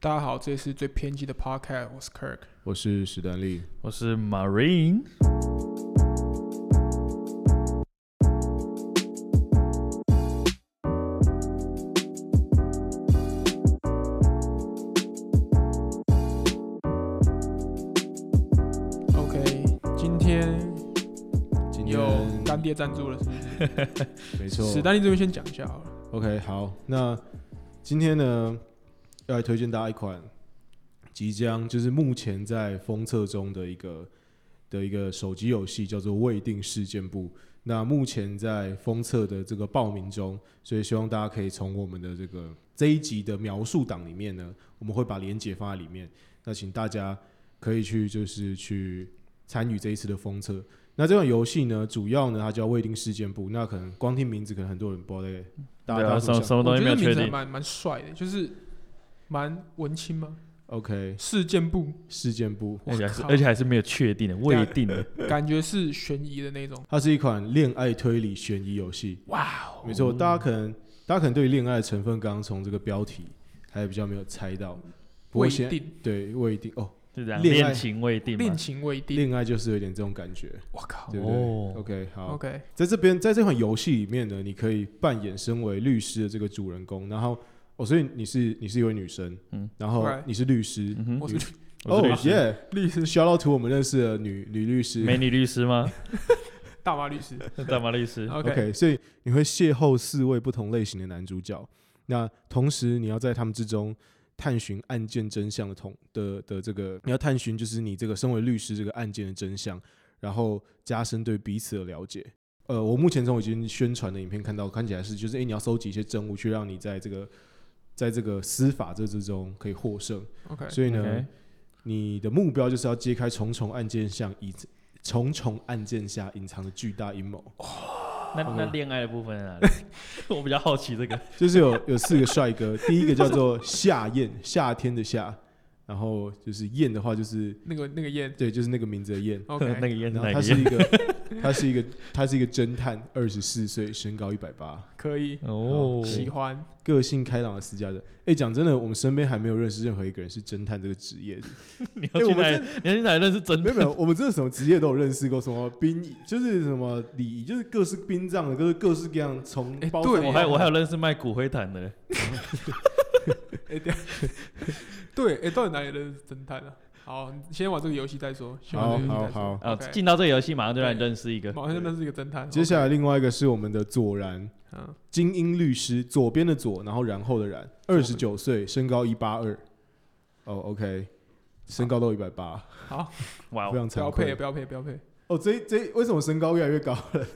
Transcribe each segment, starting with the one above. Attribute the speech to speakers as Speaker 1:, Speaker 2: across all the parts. Speaker 1: 大家好，这是最偏激的 Podcast，我是 Kirk。
Speaker 2: 我是史丹利。
Speaker 3: 我是 Marine。
Speaker 1: OK，今天
Speaker 2: 今天
Speaker 1: 有干爹赞助了，是不
Speaker 2: 没
Speaker 1: 是？
Speaker 2: 错。
Speaker 1: 史丹利这边先讲一下好了。
Speaker 2: OK，好，那今天呢，要来推荐大家一款即将就是目前在封测中的一个的一个手机游戏，叫做《未定事件簿》。那目前在封测的这个报名中，所以希望大家可以从我们的这个这一集的描述档里面呢，我们会把连接放在里面。那请大家可以去就是去参与这一次的封测。那这款游戏呢，主要呢它叫《未定事件簿》，那可能光听名字，可能很多人不知道在大
Speaker 3: 对
Speaker 2: 家
Speaker 3: 啊，
Speaker 2: 大家
Speaker 3: 什
Speaker 2: 怎么
Speaker 3: 么
Speaker 2: 想
Speaker 3: 什么东
Speaker 1: 我
Speaker 3: 西
Speaker 1: 觉
Speaker 3: 没
Speaker 1: 得名
Speaker 3: 有确
Speaker 1: 字还
Speaker 3: 定？
Speaker 1: 蛮蛮帅的，就是蛮文青吗？
Speaker 2: OK，
Speaker 1: 事件部
Speaker 2: 事件簿，
Speaker 3: 而且还是
Speaker 1: 我靠
Speaker 3: 而且还是没有确定的，未定的。
Speaker 1: 感觉是悬疑的那种。
Speaker 2: 它是一款恋爱推理悬疑游戏。
Speaker 1: 哇哦，
Speaker 2: 没错，大家可能大家可能对恋爱的成分，刚刚从这个标题还比较没有猜到。不过
Speaker 1: 未
Speaker 2: 先
Speaker 1: 定，
Speaker 2: 对未定哦，
Speaker 3: 就这样，
Speaker 2: 恋爱
Speaker 3: 恋情未定
Speaker 1: 恋
Speaker 3: 嘛。
Speaker 1: 情未定。
Speaker 2: 恋嗯爱就是有点这种感觉，
Speaker 1: 我靠
Speaker 2: 对不对、
Speaker 3: 哦
Speaker 2: o k 好
Speaker 1: ，OK，
Speaker 2: 在这边在这款游戏里面呢，你可以扮演身为律师的这个主人公，然后哦，所以你是你是一位女生，
Speaker 3: 嗯
Speaker 2: 然后
Speaker 1: Right
Speaker 2: 你是律师，
Speaker 3: 嗯哼
Speaker 1: 我是
Speaker 2: 哦
Speaker 3: 我是律师
Speaker 2: 耶，
Speaker 1: 律师，
Speaker 2: 肖老图我们认识的女女律师，
Speaker 3: 美女律 师吗？
Speaker 1: 大麻律师。
Speaker 3: 大麻律师。
Speaker 1: OK，
Speaker 2: OK，所以你会邂逅四位不同类型的男主角，那同时你要在他们之中探寻案件真相的同的的这个，你要探寻就是你这个身为律师这个案件的真相，然后加深对彼此的了解。呃，我目前从已经宣传的影片看到，看起来是就是，诶，你要收集一些证物，去让你在这个在这个司法这之中可以获胜。
Speaker 1: OK，
Speaker 2: 所以呢
Speaker 3: OK
Speaker 2: 你的目标就是要揭开重重案件下隐重重案件下隐藏的巨大阴谋。
Speaker 3: 那那恋爱的部分 啊，我比较好奇这个。
Speaker 2: 就是有有四个帅哥，第一个叫做夏燕，夏天的夏，然后就是燕的话就是
Speaker 1: 那个那个 燕
Speaker 2: 对，就是那个名字的燕。
Speaker 3: 那个
Speaker 1: ，OK，
Speaker 2: 然
Speaker 3: 烟是
Speaker 2: 后
Speaker 3: 哪
Speaker 2: 他
Speaker 3: 个
Speaker 2: 是
Speaker 3: 烟？
Speaker 2: 一个， 他是一个，他是一个侦探，二十四岁，身高一百八，
Speaker 1: 可以，
Speaker 3: 哦
Speaker 2: 好，
Speaker 1: 喜欢。
Speaker 2: 个性开朗的私家的。哎，讲真的，我们身边还没有认识任何一个人是侦探这个职业的。
Speaker 3: 你
Speaker 2: 哎
Speaker 3: 要
Speaker 2: 我们
Speaker 3: 去哪里？你要去哪里认识真
Speaker 2: 没
Speaker 3: 的
Speaker 2: 有没有，我们真的什么职业都有认识过，什么兵役，就是什么礼仪，就是各式殡葬的，各式各式各样，从
Speaker 1: 哎
Speaker 2: 包
Speaker 1: 对
Speaker 2: 括
Speaker 3: 我还有我还有认识卖骨灰坛的，
Speaker 1: 对，哎、到底哪里认识侦探啊？好，你先玩这个游戏再说，先玩这
Speaker 2: 好
Speaker 1: 个游戏
Speaker 2: 好
Speaker 1: 再说。
Speaker 2: 好。
Speaker 3: 啊，
Speaker 1: OK
Speaker 3: 进到这个游戏马上就让你认识 一个。
Speaker 1: 马上认识哦一个侦探。
Speaker 2: 接下来另外一个是我们的左然，
Speaker 1: OK，嗯，
Speaker 2: 精英律师，左边的左，然后然后的然，二十九岁，身高一八二。哦，OK，身高都一百八，
Speaker 1: 好，
Speaker 3: 哇
Speaker 2: 非
Speaker 3: 哦，
Speaker 2: 常
Speaker 1: 不要配，
Speaker 2: 惭愧
Speaker 1: 不。要配，不要配。
Speaker 2: 哦，这这为什么身高越来越高了？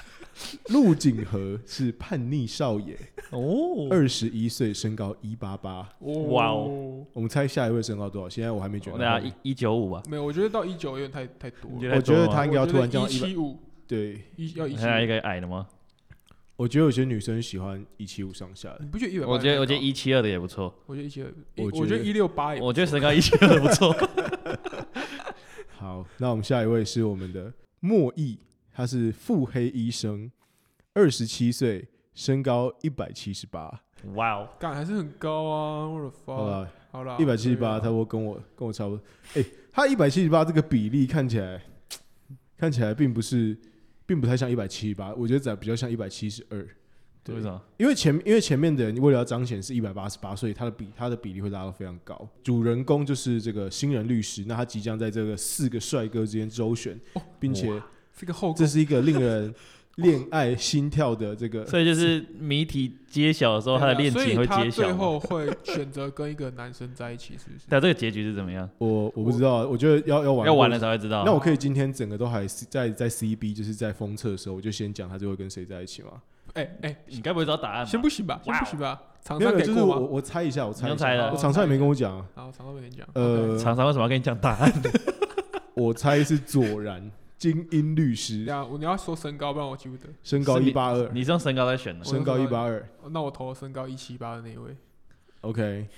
Speaker 2: 陆景和是叛逆少爷，
Speaker 3: 哦，
Speaker 2: 二十一岁，身高一八八。
Speaker 3: 哇
Speaker 1: 哦，
Speaker 2: 我们猜下一位身高多少？现在我还没觉得。
Speaker 3: 哦那啊一一九五吧，
Speaker 1: 没有，我觉得到一九有点太太多
Speaker 3: 你
Speaker 1: 了。
Speaker 3: 觉得
Speaker 2: 我觉得
Speaker 3: 多吗
Speaker 2: 他应该要突然降
Speaker 1: 一
Speaker 2: 到一百。
Speaker 1: 七五，
Speaker 2: 对，
Speaker 1: 一要一七
Speaker 3: 还有一。个矮的吗？
Speaker 2: 我觉得有些女生喜欢一七五上下的
Speaker 1: 你。不觉得一百？
Speaker 3: 我觉得我觉得，一七二的也不错，
Speaker 1: 我觉得一七二，
Speaker 2: 我
Speaker 1: 我觉
Speaker 2: 觉
Speaker 1: 得
Speaker 2: 得
Speaker 1: 一六八也不
Speaker 3: 我觉得身高一七二的不 错。
Speaker 2: 好，那我们下一位是我们的莫毅，他是腹黑医生，二十七岁，身高一百七十八，
Speaker 3: 哇哦，
Speaker 1: 干还是很高啊！我的
Speaker 2: 好
Speaker 1: 发，
Speaker 2: 吧，
Speaker 1: 好啦，啊
Speaker 2: 一百七十
Speaker 1: 可以
Speaker 2: 八，
Speaker 1: 啦
Speaker 2: 差不多跟我跟我差不多。哎、他一百七十八这个比例看起来，看起来并不是，并不太像一百七十八，我觉得在比较像一百七十二。对
Speaker 3: 为什么？
Speaker 2: 因为前因为前面的人为了要彰显是一百八十八，所以他的比他的比例会拉到非常高。主人公就是这个新人律师，那他即将在这个四个帅哥之间周旋，并且
Speaker 1: 这个后
Speaker 2: 这是一个令人恋爱心跳的这个，
Speaker 3: 所以就是谜题揭晓的时候，他的恋
Speaker 2: 啊
Speaker 1: 啊所
Speaker 3: 情
Speaker 1: 以
Speaker 3: 会
Speaker 1: 他
Speaker 3: 揭晓
Speaker 1: 最
Speaker 3: 吗。啊
Speaker 1: 后会选择跟一个男生在一起，是不是？
Speaker 3: 那这个结局是怎么样？
Speaker 2: 我我不知道，我觉得要要玩
Speaker 3: 要啊完
Speaker 2: 过
Speaker 3: 了。才会知道。
Speaker 2: 那我可以今天整个都还是在在 CB，就是在封测的时候，我就先讲他最后跟谁在一起嘛。
Speaker 1: 哎哎，
Speaker 3: 你该不会知道答案吧？
Speaker 1: 先不行吧？先
Speaker 3: 哇
Speaker 1: 不
Speaker 3: 哦
Speaker 1: 行吧？厂
Speaker 2: 没有，
Speaker 1: 商
Speaker 2: 没有
Speaker 1: 给
Speaker 2: 就是
Speaker 1: 过
Speaker 2: 我
Speaker 1: 吗？
Speaker 2: 我猜一下，我
Speaker 3: 你
Speaker 2: 猜
Speaker 3: 用
Speaker 2: 一
Speaker 3: 猜
Speaker 2: 下，
Speaker 3: 的
Speaker 2: 我厂商也没跟我讲啊。
Speaker 1: 好，厂商没跟你讲。OK，
Speaker 2: 呃，
Speaker 3: 常常为什么要跟你讲答案？
Speaker 2: 我猜是左然精英律
Speaker 1: 等一
Speaker 2: 师，
Speaker 1: 下我你要说身高，不然我记不得。哦
Speaker 2: 身高
Speaker 3: 是
Speaker 2: 一八二，
Speaker 3: 你是用身高在选的，
Speaker 2: 身高一八二
Speaker 1: 那我投身高一七八的那一位，
Speaker 2: ，OK。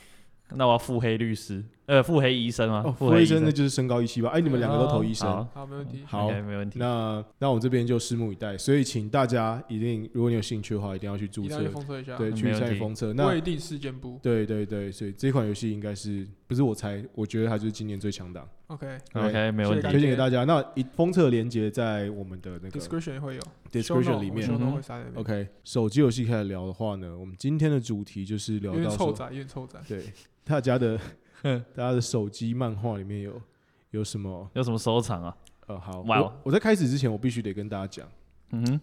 Speaker 3: 那我要腹黑律师，呃，腹黑医生吗？
Speaker 2: 哦，
Speaker 3: 腹
Speaker 2: 傅医
Speaker 3: 生哦
Speaker 2: 生那就是身高一七八，哎，你们两个都投医生，
Speaker 3: 啊好，
Speaker 1: 好，没问题。
Speaker 2: 嗯好
Speaker 3: OK，没问题。
Speaker 2: 那那我们这边就拭目以待，所以请大家一定，如果你有兴趣的话，一定要去注
Speaker 1: 一定要去
Speaker 2: 册，
Speaker 1: 封测一下。
Speaker 2: 对，
Speaker 3: 嗯
Speaker 2: 去
Speaker 3: 没问
Speaker 2: 参与
Speaker 3: 题
Speaker 2: 封测。那
Speaker 1: 未定事件簿。
Speaker 2: 对对对，所以这款游戏应该是不是我猜，我觉得它就是今年最强档，
Speaker 1: OK，
Speaker 3: OK，没问
Speaker 1: 谢
Speaker 3: 题
Speaker 1: 谢。
Speaker 2: 推荐给大家。那一封测连接在我们的那个
Speaker 1: description 也会有
Speaker 2: description 里面。
Speaker 1: show note，我们 show note 会
Speaker 3: 嗯哼
Speaker 1: 塞在里面。
Speaker 2: OK，手机游戏开始聊的话呢，我们今天的主题就是聊
Speaker 1: 有点
Speaker 2: 到
Speaker 1: 臭
Speaker 2: 说，
Speaker 1: 仔，有点臭仔。
Speaker 2: 对大 家的大家的手机漫画里面有有什么？
Speaker 3: 有什么收藏啊？
Speaker 2: 呃，好，
Speaker 3: 哇
Speaker 2: 我我在开始之前，我必须得跟大家讲。
Speaker 3: 嗯哼，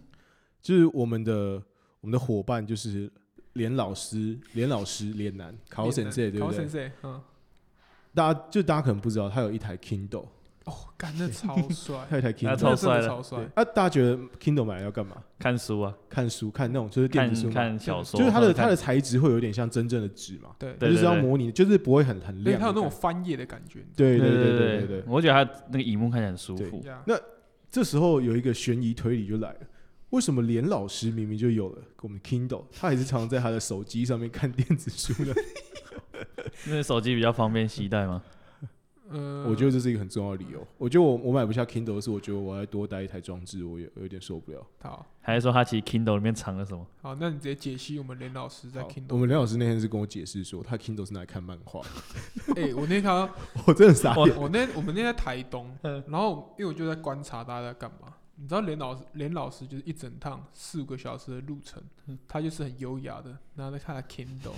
Speaker 2: 就是我们的我们的伙伴就是连老师、连老师、连男考神这对不
Speaker 1: 考
Speaker 2: 对
Speaker 1: 神？社，嗯，
Speaker 2: 大家就大家可能不知道，他有一台 Kindle，
Speaker 1: 哦，干那 超帅，
Speaker 2: 他有一台
Speaker 3: 那
Speaker 2: Kindle，
Speaker 1: 那
Speaker 3: 超
Speaker 1: 真
Speaker 3: 帅
Speaker 1: 的
Speaker 3: 的
Speaker 1: 超帅
Speaker 2: 对。啊，大家觉得 Kindle 买来要干嘛？
Speaker 3: 看书啊，
Speaker 2: 看书，看那种就是电
Speaker 3: 看
Speaker 2: 子书嘛，
Speaker 3: 看小说，
Speaker 2: 就是它
Speaker 3: 或
Speaker 2: 的
Speaker 3: 者看
Speaker 2: 它的材质会有点像真正的纸嘛，
Speaker 1: 对
Speaker 3: 对
Speaker 2: 就是要模拟，就是不会很很
Speaker 1: 对，
Speaker 2: 亮的感觉，
Speaker 1: 它有那种翻页的感觉。
Speaker 2: 对
Speaker 3: 对
Speaker 2: 对
Speaker 3: 对
Speaker 2: 对对对。
Speaker 3: 我觉得他那个荧幕看起来很舒服。
Speaker 1: 呀
Speaker 2: 这时候有一个悬疑推理就来了。为什么连老师明明就有了我们 Kindle，他还是常在他的手机上面看电子 书呢？
Speaker 3: 那手机比较方便携带吗？
Speaker 1: 呃，
Speaker 2: 我觉得这是一个很重要的理由。我觉得我我买不下 Kindle 是我觉得我要多带一台装置，我也有点受不了。
Speaker 1: 好
Speaker 3: 还是说他其实 Kindle 里面藏了什么？
Speaker 1: 好，那你直接解析我们连老师在
Speaker 2: 好我
Speaker 1: Kindle。
Speaker 2: 们梁老师那天是跟我解释说，他 Kindle 是拿来看漫画，
Speaker 1: 哎，我那天看到
Speaker 2: 我真的傻眼。
Speaker 1: 我那我们那天在台东，
Speaker 2: 嗯
Speaker 1: 然后因为我就在观察大家在干嘛。你知道连老师连老师就是一整趟四五个小时的路程，
Speaker 2: 嗯
Speaker 1: 他就是很优雅的，然后在看他 Kindle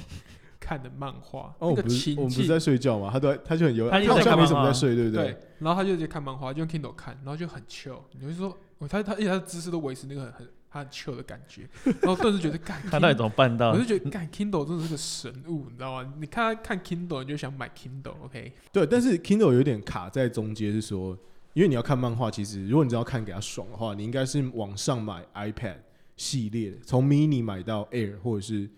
Speaker 1: 看的漫画，
Speaker 2: 哦，我
Speaker 1: 那个
Speaker 2: 们不是我
Speaker 1: 情
Speaker 2: 们不
Speaker 1: 境
Speaker 2: 是在睡觉嘛？他都在他就很有，
Speaker 3: 他一直
Speaker 2: 好
Speaker 3: 在
Speaker 2: 像
Speaker 3: 看
Speaker 2: 没
Speaker 3: 漫画
Speaker 2: 什么在睡，对不
Speaker 1: 对？，然后他就直接看漫画，就用 Kindle 看，然后就很 chill。你会说，我他他而且他的姿势都维持那个很很他很 chill 的感 觉，然后顿时觉得干，
Speaker 3: 他到底怎么办到
Speaker 1: 我
Speaker 3: 的
Speaker 1: 就？觉得干 Kindle 真的是个神物，你知道吗？你看他看 Kindle，你就想买 Kindle，OK？、
Speaker 2: 对，但是 Kindle 有点卡在中间，是说，因为你要看漫画，其实如果你只要看给他爽的话，你应该是往上买 iPad 系列，从 mini 买到 Air，或者是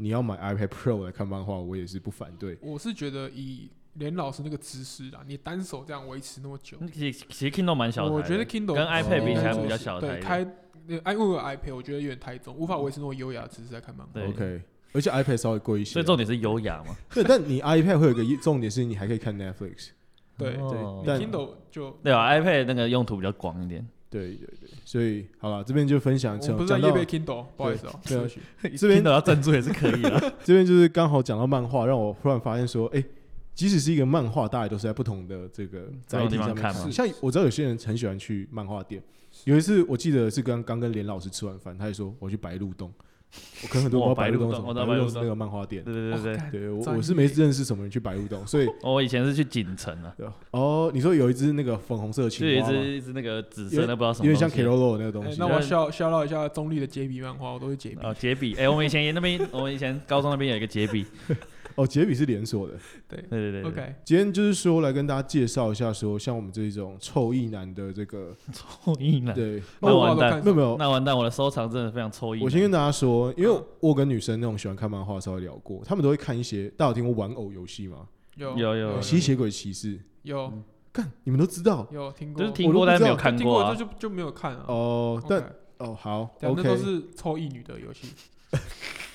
Speaker 2: 你要买 iPad Pro 来看漫画，我也是不反对。
Speaker 1: 我是觉得以连老师那个姿势啊，你单手这样维持那么久，
Speaker 3: 其实其实 Kindle 蛮小台的，
Speaker 1: 我觉得 Kindle
Speaker 3: 跟 iPad
Speaker 2: 比起来
Speaker 1: 哦
Speaker 3: 比较小
Speaker 1: 对，
Speaker 3: 台
Speaker 1: 开那 i 因为 iPad 我觉得有点太重，无法维持那么优雅的姿势在看漫画。
Speaker 3: 对
Speaker 2: OK，而且 iPad 稍微贵一些啊
Speaker 3: 所以，重点是优雅嘛。
Speaker 2: 对，但你 iPad 会有一个一重点是你还可以看 Netflix，
Speaker 1: 对
Speaker 3: 哦
Speaker 2: 对但
Speaker 1: Kindle 就
Speaker 3: 对啊，iPad 那个用途比较广一点。
Speaker 2: 对对对，所以好了，这边就分
Speaker 1: 我
Speaker 2: 享
Speaker 1: 们不
Speaker 2: 讲
Speaker 1: 是在
Speaker 2: 讲
Speaker 1: 夜
Speaker 2: 到
Speaker 1: 背 Kindle，不好意思哦、
Speaker 2: 对
Speaker 1: 对
Speaker 2: 啊
Speaker 1: 不起
Speaker 2: 这边
Speaker 3: Kindle 要赞助也是可 以的。
Speaker 2: 这边就是刚好讲到漫画，让我忽然发现说，哎、即使是一个漫画，大家也都是在不同的这个载体上面
Speaker 3: 不同地方看嘛
Speaker 2: 像我知道有些人很喜欢去漫画店，有一次我记得是刚刚跟连老师吃完饭，他就说我去白鹿洞，我可能很多人不
Speaker 3: 哦
Speaker 2: 知道白鹿洞是什
Speaker 3: 白鹿
Speaker 2: 么，白
Speaker 3: 洞我知
Speaker 2: 鹿洞是
Speaker 3: 道白鹿洞
Speaker 2: 那个漫画 店。
Speaker 3: 对对
Speaker 1: 哦
Speaker 3: 对对，
Speaker 2: 对我
Speaker 1: 专
Speaker 2: 我是
Speaker 1: 业
Speaker 2: 没认识什么人去白鹿洞， 所以
Speaker 3: 我以前是去锦城啊，
Speaker 2: 对吧哦，你说有一只那个粉红色的
Speaker 3: 就
Speaker 2: 青
Speaker 3: 有一
Speaker 2: 蛙吗，
Speaker 3: 只一只那个紫色的不知道什
Speaker 2: 有点
Speaker 3: 么东西，
Speaker 2: 像 Kerolo 那个东
Speaker 1: 哎
Speaker 2: 西，
Speaker 1: 那我要消消到一下中立的解笔漫画，我都是解笔。
Speaker 3: 哦，杰笔，哎、我们以前也那边， 我们以前高中那边有一个杰笔，
Speaker 2: 哦，杰比是连锁的。
Speaker 1: 对
Speaker 3: 对对对对
Speaker 1: OK，
Speaker 2: 今天就是说来跟大家介绍一下说像我们这一种臭意男的这个
Speaker 3: 臭意男，
Speaker 2: 对，
Speaker 3: 那
Speaker 1: 漫画
Speaker 3: 完
Speaker 1: 都
Speaker 3: 蛋
Speaker 1: 看
Speaker 2: 没有没有，
Speaker 3: 那完蛋，我的收藏真的非常臭意男。
Speaker 2: 我先跟大家说，因为
Speaker 1: 嗯
Speaker 2: 我跟女生那种喜欢看漫画稍微聊过，他们都会看一些，大家有听过玩偶游戏吗？
Speaker 1: 有
Speaker 3: 有有
Speaker 1: 有
Speaker 3: 嗯
Speaker 2: 吸血嗯鬼骑士，
Speaker 1: 有
Speaker 2: 干，你们都知道
Speaker 1: 有听过，
Speaker 3: 就是听过，
Speaker 2: 我都不知道
Speaker 3: 但是没有
Speaker 1: 就
Speaker 3: 看
Speaker 1: 听
Speaker 3: 过
Speaker 1: 过
Speaker 3: 啊。
Speaker 1: 就就就没有看啊。
Speaker 2: 哦
Speaker 1: OK，，
Speaker 2: 但哦好
Speaker 1: 对啊那都
Speaker 2: ，OK，
Speaker 1: 是抽一女的游戏。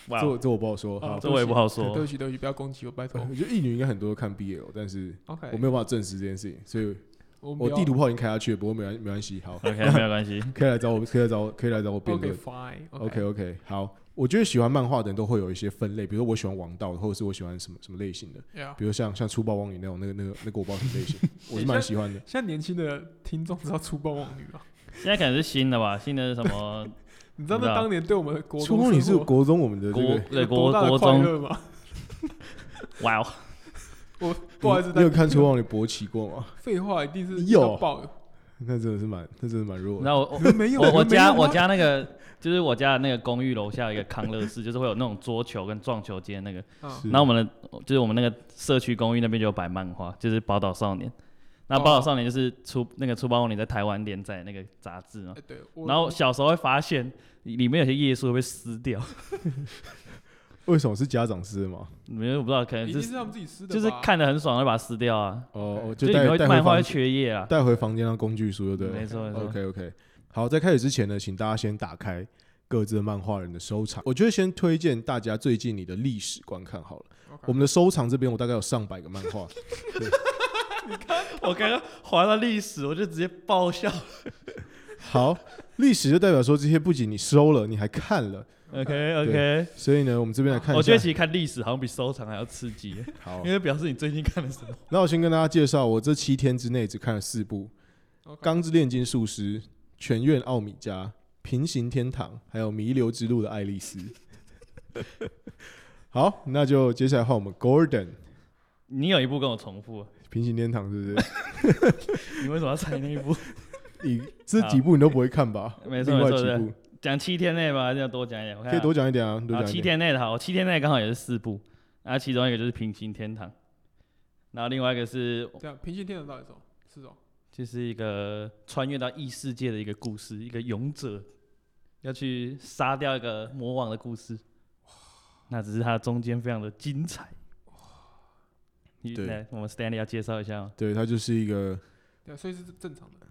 Speaker 3: 哇
Speaker 2: 这我这我不好说，
Speaker 1: 哦
Speaker 2: 好，
Speaker 3: 这我也不好
Speaker 1: 对
Speaker 3: 说
Speaker 1: 对不起对不起，不要攻击我，拜托。
Speaker 2: 我觉得异女应该很多都看 BL，但是
Speaker 1: OK，
Speaker 2: 我没有办法证实这件事情，所以
Speaker 1: 我
Speaker 2: 我地图炮已经开下去了，不过没关没关系， 好，
Speaker 3: ，OK，没有关系。
Speaker 2: 可以来找我，可以来找我，可以来找我辩
Speaker 1: OK 哎
Speaker 2: 论。
Speaker 1: fine
Speaker 2: OK OK，好，我觉得喜欢漫画的人都会有一些分类，比如说我喜欢王道，或者是我喜欢什么什么类型的，
Speaker 1: yeah
Speaker 2: 比如像像粗暴王女那种，那个那个那个我不知道什么类型，我
Speaker 1: 等
Speaker 2: 是
Speaker 1: 一下
Speaker 2: 蛮喜欢的。
Speaker 1: 现在年轻的听众知道粗暴妄女吗？
Speaker 3: 现在可能是新的吧，新的是什么
Speaker 1: 你知道
Speaker 3: 不知
Speaker 1: 那
Speaker 3: 道
Speaker 1: 当年对我们的国
Speaker 2: 初
Speaker 1: 中
Speaker 2: 中你是
Speaker 1: 生活
Speaker 2: 国中我们的这
Speaker 3: 国
Speaker 2: 个，
Speaker 3: 对
Speaker 1: 有
Speaker 3: 国
Speaker 1: 多大的
Speaker 3: 国
Speaker 1: 快
Speaker 3: 中，
Speaker 1: 乐吗？
Speaker 3: 哇哦，
Speaker 1: 我不好意思，
Speaker 2: 你有
Speaker 1: 但
Speaker 2: 看初中你勃起过吗？
Speaker 1: 废话，一定是
Speaker 2: 你有
Speaker 1: 要爆的。
Speaker 2: 那真的是蛮，那真的蛮弱的。
Speaker 3: 然后我
Speaker 1: 你们没有
Speaker 3: 我我
Speaker 1: 你们没有
Speaker 3: 家
Speaker 1: 吗
Speaker 3: 我家那个就是我家的那个公寓楼下有一个康乐室，就是会有那种桌球跟撞球间那个。
Speaker 1: 啊
Speaker 2: 是
Speaker 3: 然后我们的就是我们那个社区公寓那边就有摆漫画，就是《宝岛少年》。那《宝岛少年》就是出、那个出版物你在台湾连载的那个杂志嘛。
Speaker 1: 哎对，我
Speaker 3: 然后小时候会发现里面有些页数会被撕掉，
Speaker 2: 为什么是家长撕的吗？
Speaker 3: 没有我不知道，可能
Speaker 1: 一定
Speaker 3: 是
Speaker 1: 是他们自己撕的吧，
Speaker 3: 就是看得很爽会把它撕掉啊，
Speaker 2: 哦，哦就
Speaker 3: 就里面
Speaker 2: 带
Speaker 3: 会
Speaker 2: 带
Speaker 3: 漫
Speaker 2: 回
Speaker 3: 画会
Speaker 2: 房
Speaker 3: 缺页啊。
Speaker 2: 带回房间当工具书就对
Speaker 3: 没
Speaker 2: 了。
Speaker 3: 错没错，
Speaker 2: OK OK，好，在开始之前呢，请大家先打开各自的漫画人的收藏。我觉得先推荐大家最近你的历史观看好了。
Speaker 1: OK
Speaker 2: 我们的收藏这边，我大概有上百个漫画，
Speaker 3: 我刚刚划到历史，我就直接爆笑。
Speaker 2: 好， 历史就代表说这些不仅你收了，你还看了。
Speaker 3: OK OK，
Speaker 2: 所以呢，我们这边来看一下。哦
Speaker 3: 我觉得其实看历史好像比收藏还要刺激，
Speaker 2: 好
Speaker 3: 因，为表示你最近看了什么。
Speaker 2: 那我先跟大家介绍，我这七天之内只看了四部：《
Speaker 1: OK，
Speaker 2: 钢之炼金术师》《全院奥米加》《平行天堂》，还有《弥留之路的爱丽 丝》。好，那就接下来换我们 Gordon，《
Speaker 3: 你有一部跟我重复，
Speaker 2: 平行天堂》是不是？
Speaker 3: 你为什么要猜那 一部？
Speaker 2: 你这几部你都不会看吧？
Speaker 3: 啊没错
Speaker 2: 另外
Speaker 3: 没错
Speaker 2: 几部
Speaker 3: 讲七天内吧，要多讲一点。我看
Speaker 2: 可以多讲一点啊，多
Speaker 3: 啊，
Speaker 2: 讲一
Speaker 3: 七
Speaker 2: 点。
Speaker 3: 天内的好，七天内刚好也是四部，那其中一个就是《平行天堂》，然后另外一个是
Speaker 1: 这样平行天堂到底是什么？是什么？
Speaker 3: 就是一个穿越到异世界的一个故事，一个勇者要去杀掉一个魔王的故事。那只是它中间非常的精彩。你
Speaker 2: 对
Speaker 3: 来，我们 Stanley 要介绍一下吗？
Speaker 2: 对，它就是一个，
Speaker 1: 对啊，所以是正常的。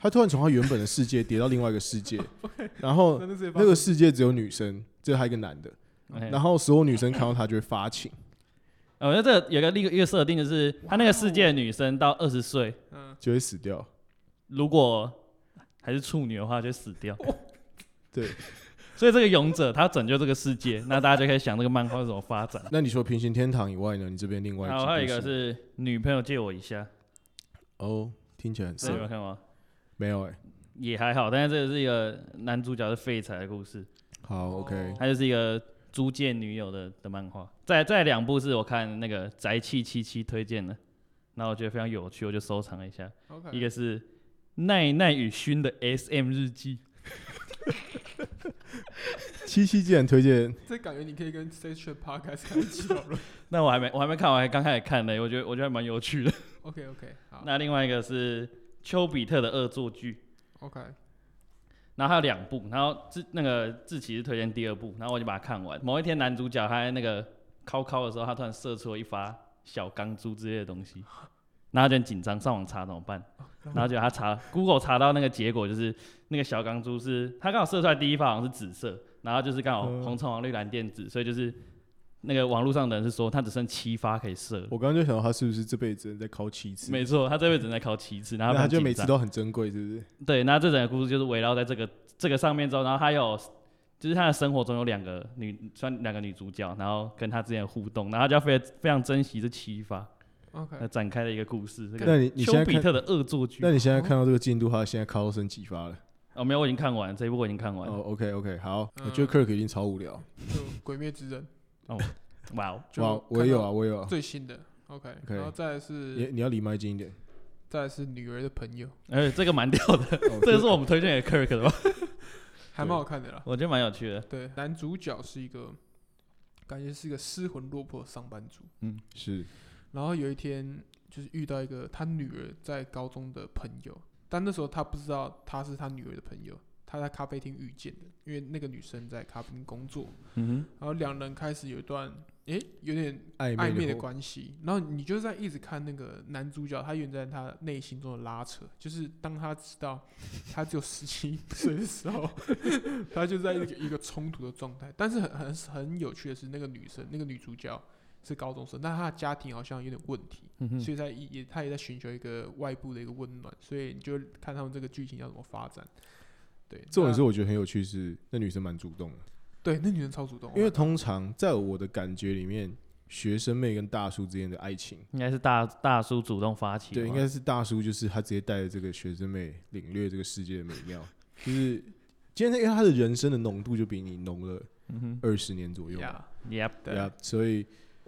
Speaker 2: 他突然从他原本的世界跌到另外一个世 界，然后
Speaker 1: 那那是
Speaker 2: 那个世界只有女生，这还有一个男的，
Speaker 3: 哎
Speaker 2: 然后所有女生看到他就会发情。
Speaker 3: 哦，那这个有个另一个设定就是，他那个世界的女生到二十岁，
Speaker 1: 嗯，
Speaker 2: 就会死掉。
Speaker 3: 如果还是处女的话，就死掉。
Speaker 2: 对，
Speaker 3: 所以这个勇者他拯救这个世界，那大家就可以想这个漫画是怎么发 展。
Speaker 2: 那你说平行天堂以外呢？你这边另外
Speaker 3: 然后
Speaker 2: 部
Speaker 3: 啊还有一个是女朋友借我一下，
Speaker 2: 哦，听起来很
Speaker 3: 这个有
Speaker 2: 色，
Speaker 3: 看吗？
Speaker 2: 没有哎、
Speaker 3: 也还好，但是这个是一个男主角是废柴的故事，
Speaker 2: 好
Speaker 1: 哦
Speaker 2: ，OK，
Speaker 3: 他就是一个租借女友的的漫画。再再两部是我看那个宅气七七推荐的，然后我觉得非常有趣，我就收藏了一下。
Speaker 1: OK，
Speaker 3: 一个是奈奈与勋的 S M 日记，
Speaker 2: 七七既然推荐，
Speaker 1: 这感觉你可以跟 Station Podcast 开一起讨 论。
Speaker 3: 那我还没我还没看，我还刚开始看呢，我觉得我觉得还蛮有趣的。
Speaker 1: OK OK，好
Speaker 3: 那另外一个是丘比特的恶作剧。
Speaker 1: ，OK，
Speaker 3: 然后还有两部，然后志那个志奇是推荐第二部，然后我就把它看完。某一天男主角他在那个敲敲的时候，他突然射出了一发小钢珠之类的东西， 然后他就很紧张，上网查怎么办？然后结果他查 Google 查到那个结果就是那个小钢珠是他刚好射出来第一发好像是紫色，然后就是刚好
Speaker 2: 嗯
Speaker 3: 红橙黄绿蓝靛紫，所以就是那个网络上的人是说他只剩七发可以射了。
Speaker 2: 我刚刚就想到他是不是这辈子只能再考七次，
Speaker 3: 没错，他这辈子只能考七次，然后
Speaker 2: 那他
Speaker 3: 很
Speaker 2: 就
Speaker 3: 紧
Speaker 2: 每
Speaker 3: 张
Speaker 2: 次都很珍贵，是不是？
Speaker 3: 对，那这整个故事就是围绕在这个这个上面之后，然后他有就是他的生活中有两个女算两个女主角，然后跟他之间的互动，然后他就要非非常珍惜这启发，
Speaker 1: OK，
Speaker 3: 那展开了一个故事。这
Speaker 2: 那
Speaker 3: 个
Speaker 2: 你你现
Speaker 3: 丘
Speaker 2: 在
Speaker 3: 比
Speaker 2: 看，
Speaker 3: 特哦的恶作剧
Speaker 2: 那你现在看到这个进度，他现在考到升几发了？
Speaker 3: 哦，没有，我已经看完这一部，我已经看完。
Speaker 2: 哦，OK OK，好，
Speaker 1: 嗯
Speaker 2: 我觉得 Kirk 已经超无聊。
Speaker 1: 就《鬼灭之刃
Speaker 3: 哇哦，》
Speaker 1: 就
Speaker 2: 哇，我
Speaker 1: 看
Speaker 2: 也有
Speaker 1: 到
Speaker 2: 啊，我也有啊。
Speaker 1: 最新的 OK，
Speaker 2: OK
Speaker 1: 然后再来
Speaker 2: 你
Speaker 1: 是
Speaker 2: 你要离麦近一 点。
Speaker 1: 再来是女儿的朋友，
Speaker 3: 哎，这个蛮屌的，
Speaker 2: 哦
Speaker 3: 这个是我们推荐给 Kirk 的吧？
Speaker 1: 还蛮好看的啦。
Speaker 3: 我觉得蛮有趣的。
Speaker 1: 对，男主角是一个感觉是一个失魂落魄的上班族，
Speaker 2: 嗯，是
Speaker 1: 然后有一天就是遇到一个他女儿在高中的朋友，但那时候他不知道她是他女儿的朋友，他在咖啡厅遇见的，因为那个女生在咖啡厅工作，
Speaker 3: 嗯
Speaker 1: 然后两人开始有一段诶有点
Speaker 2: 暧
Speaker 1: 暧昧
Speaker 2: 昧
Speaker 1: 的
Speaker 2: 火
Speaker 1: 关系，然后你就在一直看那个男主角，他远在他内心中的拉扯，就是当他知道他只有十七岁的时候， 他就在一个一个冲突的状态。但是很很很有趣的是，那个女生，那个女主角是高中生，但她的家庭好像有点问题，
Speaker 3: 哼，嗯哼，
Speaker 1: 所以在也也她也在寻求一个外部的一个温暖，所以你就看他们这个剧情要怎么发展。对，
Speaker 2: 重点
Speaker 1: 那
Speaker 2: 是我觉得很有趣是，那女生蛮主动的。
Speaker 1: 对那女人超主动，啊
Speaker 2: 因为通常在我的感觉里面，学生妹跟大叔之间的爱情，
Speaker 3: 应该是大大叔主动发起的
Speaker 2: 对，应
Speaker 3: 吧，
Speaker 2: 该是大叔就是他直接带着这个学生妹领略这个世界的美妙， 就是今天因为他的人生的浓度就比你浓了二十年左右，
Speaker 1: 嗯呀，
Speaker 3: Yep，
Speaker 1: 对
Speaker 2: 啊，所以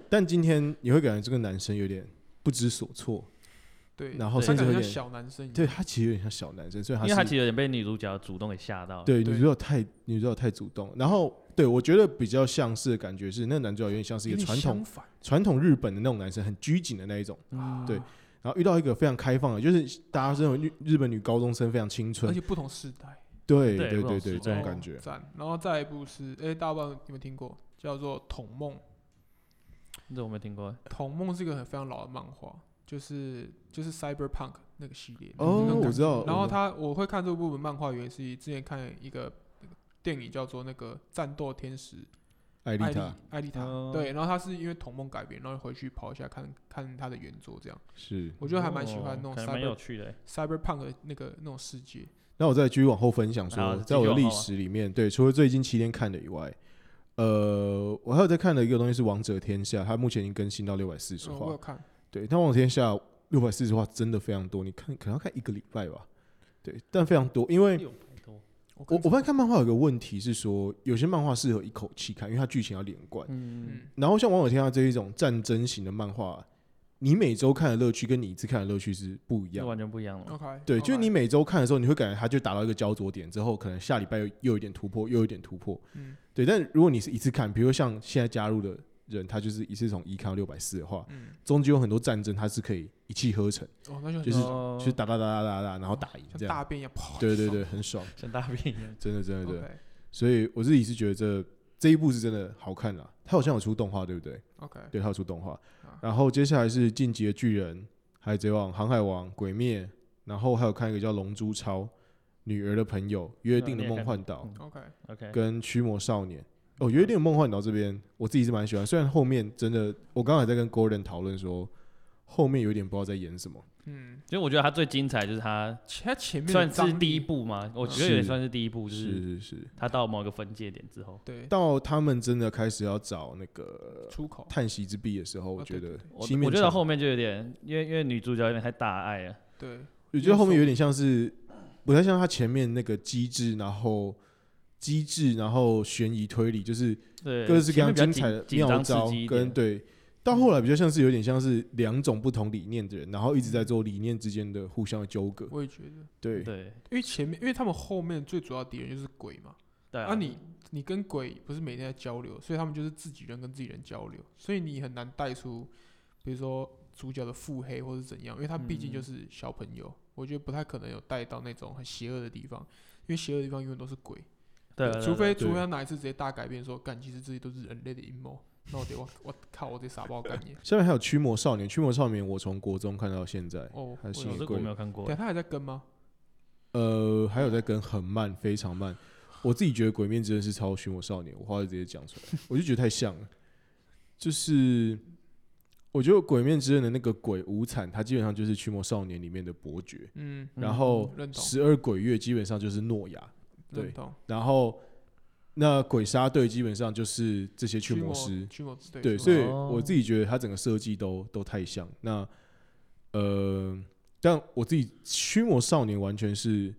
Speaker 2: 但今天你会感觉这个男生有点不知所措，
Speaker 1: 对，
Speaker 2: 然后
Speaker 1: 他
Speaker 2: 甚至
Speaker 1: 感
Speaker 2: 有
Speaker 1: 觉像
Speaker 2: 点
Speaker 1: 小男生一样，
Speaker 2: 对他其实有点像小男生，所以
Speaker 3: 因为他
Speaker 2: 他
Speaker 3: 其
Speaker 2: 是
Speaker 3: 实有点被女主角主动给吓到了。
Speaker 2: 对
Speaker 1: 对
Speaker 2: 女主角太女主角太主动，然后对我觉得比较像是的感觉是那个男主角有点像是一
Speaker 1: 有
Speaker 2: 个
Speaker 1: 点
Speaker 2: 传统
Speaker 1: 相反，啊
Speaker 2: 传统日本的那种男生，很拘谨的那一种。
Speaker 3: 嗯，
Speaker 2: 对然后遇到一个非常开放的，就是大家认为日日本女高中生非常青春
Speaker 1: 而，且不同世代。
Speaker 2: 对
Speaker 3: 对
Speaker 2: 对
Speaker 3: 不同
Speaker 2: 对
Speaker 3: 时
Speaker 2: 对，
Speaker 3: 代
Speaker 2: 这种
Speaker 1: 哦
Speaker 2: 感觉。
Speaker 1: 赞。然后再一部是，哎、大家不知道有没有听过，叫做《童梦》。
Speaker 3: 这我没听过。
Speaker 1: 《童梦》是一个很非常老的漫画，就是就是 Cyberpunk 那个系列。
Speaker 2: 哦
Speaker 1: 嗯那种感觉
Speaker 2: 我知道
Speaker 1: 然后
Speaker 2: 我知
Speaker 1: 他我会看这部漫画，原因是之前看一个电影叫做那个《战斗天使》
Speaker 2: 艾丽
Speaker 1: 艾丽
Speaker 2: 塔
Speaker 1: 艾丽塔，
Speaker 3: 哦
Speaker 1: 对，然后它是因为童梦改编，然后回去跑一下看看它的原作这样。
Speaker 2: 是。
Speaker 1: 我觉得还蛮喜欢那种
Speaker 3: 哦感觉蛮有
Speaker 1: cyber
Speaker 3: 趣的欸。
Speaker 1: cyberpunk 的那个那种世界。
Speaker 2: 那我再继续往后分享
Speaker 3: 好
Speaker 2: 说，
Speaker 3: 继续
Speaker 2: 在我的
Speaker 3: 往后
Speaker 2: 历
Speaker 3: 啊
Speaker 2: 史里面，对，除了最近七天看的以外，呃，我还有在看的一个东西是《王者天下》，它目前已经更新到六百四十
Speaker 1: 嗯我
Speaker 2: 话
Speaker 1: 有。看，
Speaker 2: 对，但《王者天下》六百四十话真的非常多，你看可能要看一个礼拜吧。对，但非常多，因为
Speaker 3: 六百多，
Speaker 1: 我
Speaker 2: 我
Speaker 1: 看
Speaker 2: 我发现看漫画有个问题是说，有些漫画适合一口气看，因为它剧情要连贯。
Speaker 3: 嗯，
Speaker 1: 嗯，
Speaker 2: 然后像《王者天下》这一种战争型的漫画，你每周看的乐趣跟你一次看的乐趣是不一
Speaker 3: 这
Speaker 2: 样的。
Speaker 3: 完全不一样了。
Speaker 1: OK，
Speaker 2: 嗯对，
Speaker 1: OK
Speaker 2: 就是你，每周看的时候，你会感觉它就达到一个焦灼点，之后可能下礼拜又又有一点突破，又有一点突破。
Speaker 1: 嗯
Speaker 2: 对，但如果你是一次看，比如说像现在加入的人，他就是一次从一看到六百四的话，
Speaker 1: 嗯，
Speaker 2: 中间有很多战争，它是可以一气呵成，
Speaker 1: 哦，那就很
Speaker 2: 就是
Speaker 1: 爽
Speaker 3: 哦
Speaker 2: 就是打打打打打打，然后打赢这
Speaker 1: 像
Speaker 2: 样。
Speaker 1: 大便一样跑。
Speaker 2: 对对对，很爽，
Speaker 3: 像哦大便 一样。
Speaker 2: 真的真的真的。
Speaker 1: ，OK
Speaker 2: 所以我自己是觉得这这一部是真的好看啦。它好像有出动画，对不对？
Speaker 1: OK，
Speaker 2: 对，它有出动画
Speaker 1: 啊。
Speaker 2: 然后接下来是《进击的巨人》《海贼王》《航海王》《鬼灭》，然后还有看一个叫《龙珠超》《女儿的朋友》《约定的梦幻岛
Speaker 3: 嗯》
Speaker 1: OK，
Speaker 3: OK，
Speaker 2: 跟《驱魔少年》。哦，《约定的梦幻岛》这边我自己是蛮喜欢，虽然后面真的，我刚才在跟 Gordon 讨论说，后面有点不知道在演什么。
Speaker 1: 嗯，
Speaker 3: 所以我觉得它最精彩就是它
Speaker 1: 其他前面的
Speaker 3: 算是
Speaker 1: 张力
Speaker 3: 第一，步嘛，我觉得也
Speaker 2: 是
Speaker 3: 算是第一步，就是
Speaker 2: 是是是，
Speaker 3: 它到某个分界点之后，
Speaker 1: 对，
Speaker 2: 到他们真的开始要找那个
Speaker 1: 出口，
Speaker 2: 叹息之壁的时候，我
Speaker 1: 哦对
Speaker 2: 觉得
Speaker 1: 对
Speaker 3: 我
Speaker 2: 西面
Speaker 3: 我觉得
Speaker 2: 城
Speaker 3: 后面就有点，因为因为女主角有点太大爱了，
Speaker 1: 对，
Speaker 2: 我觉得后面有点像是，不太像他前面那个机制，然后机制，然后悬疑推理，就是
Speaker 3: 对，
Speaker 2: 各式各
Speaker 3: 前
Speaker 2: 样
Speaker 3: 面比较
Speaker 2: 精
Speaker 3: 紧
Speaker 2: 彩的
Speaker 3: 紧
Speaker 2: 妙
Speaker 3: 张刺
Speaker 2: 招
Speaker 3: 激一
Speaker 2: 跟
Speaker 3: 点，嗯
Speaker 2: 对。到后来比较像是有点像是两种不同理念的人，然后一直在做理念之间的互相的纠葛。
Speaker 1: 我也觉得，因
Speaker 2: 对，
Speaker 3: 对
Speaker 1: 为前面，因为他们后面最主要敌人就是鬼嘛，
Speaker 3: 对
Speaker 1: 啊你你跟鬼不是每天在交流，所以他们就是自己人跟自己人交流，所以你很难带出，比如说主角的腹黑或是怎样，因为他毕竟就
Speaker 3: 嗯
Speaker 1: 是小朋友，我觉得不太可能有带到那种很邪恶的地方，因为邪恶的地方永远都是鬼，
Speaker 3: 对，啊
Speaker 1: 除非
Speaker 2: 对
Speaker 1: 除非他哪一次直接大改变说，干其实这些都是人类的阴谋，那我得我我靠我得傻爆干 你，
Speaker 2: 下面还有《驱魔少年》，《驱魔少年》我从国中看到现在，
Speaker 1: 哦，
Speaker 2: 还是
Speaker 1: 我
Speaker 3: 我
Speaker 1: 有
Speaker 3: 这个我没有看过
Speaker 1: 对，，啊他还在跟吗？
Speaker 2: 呃，还有在跟很慢，非常慢。我自己觉得《鬼面真的是超《寻我少年》，我话就直接讲出来，我就觉得太像了。就是我觉得《鬼面之刃》的那个鬼无惨，他基本上就是《驱魔少年》里面的伯爵，
Speaker 1: 嗯，
Speaker 2: 然后
Speaker 1: 认同
Speaker 2: 十二鬼月基本上就是诺亚，对
Speaker 1: 认同。
Speaker 2: 然后那鬼杀队基本上就是这些驱魔师，
Speaker 1: 驱魔师，驱
Speaker 2: 对，
Speaker 1: 魔
Speaker 2: 所以
Speaker 3: 哦
Speaker 2: 我自己觉得它整个设计都都太像。那呃，但我自己《驱魔少年》完全是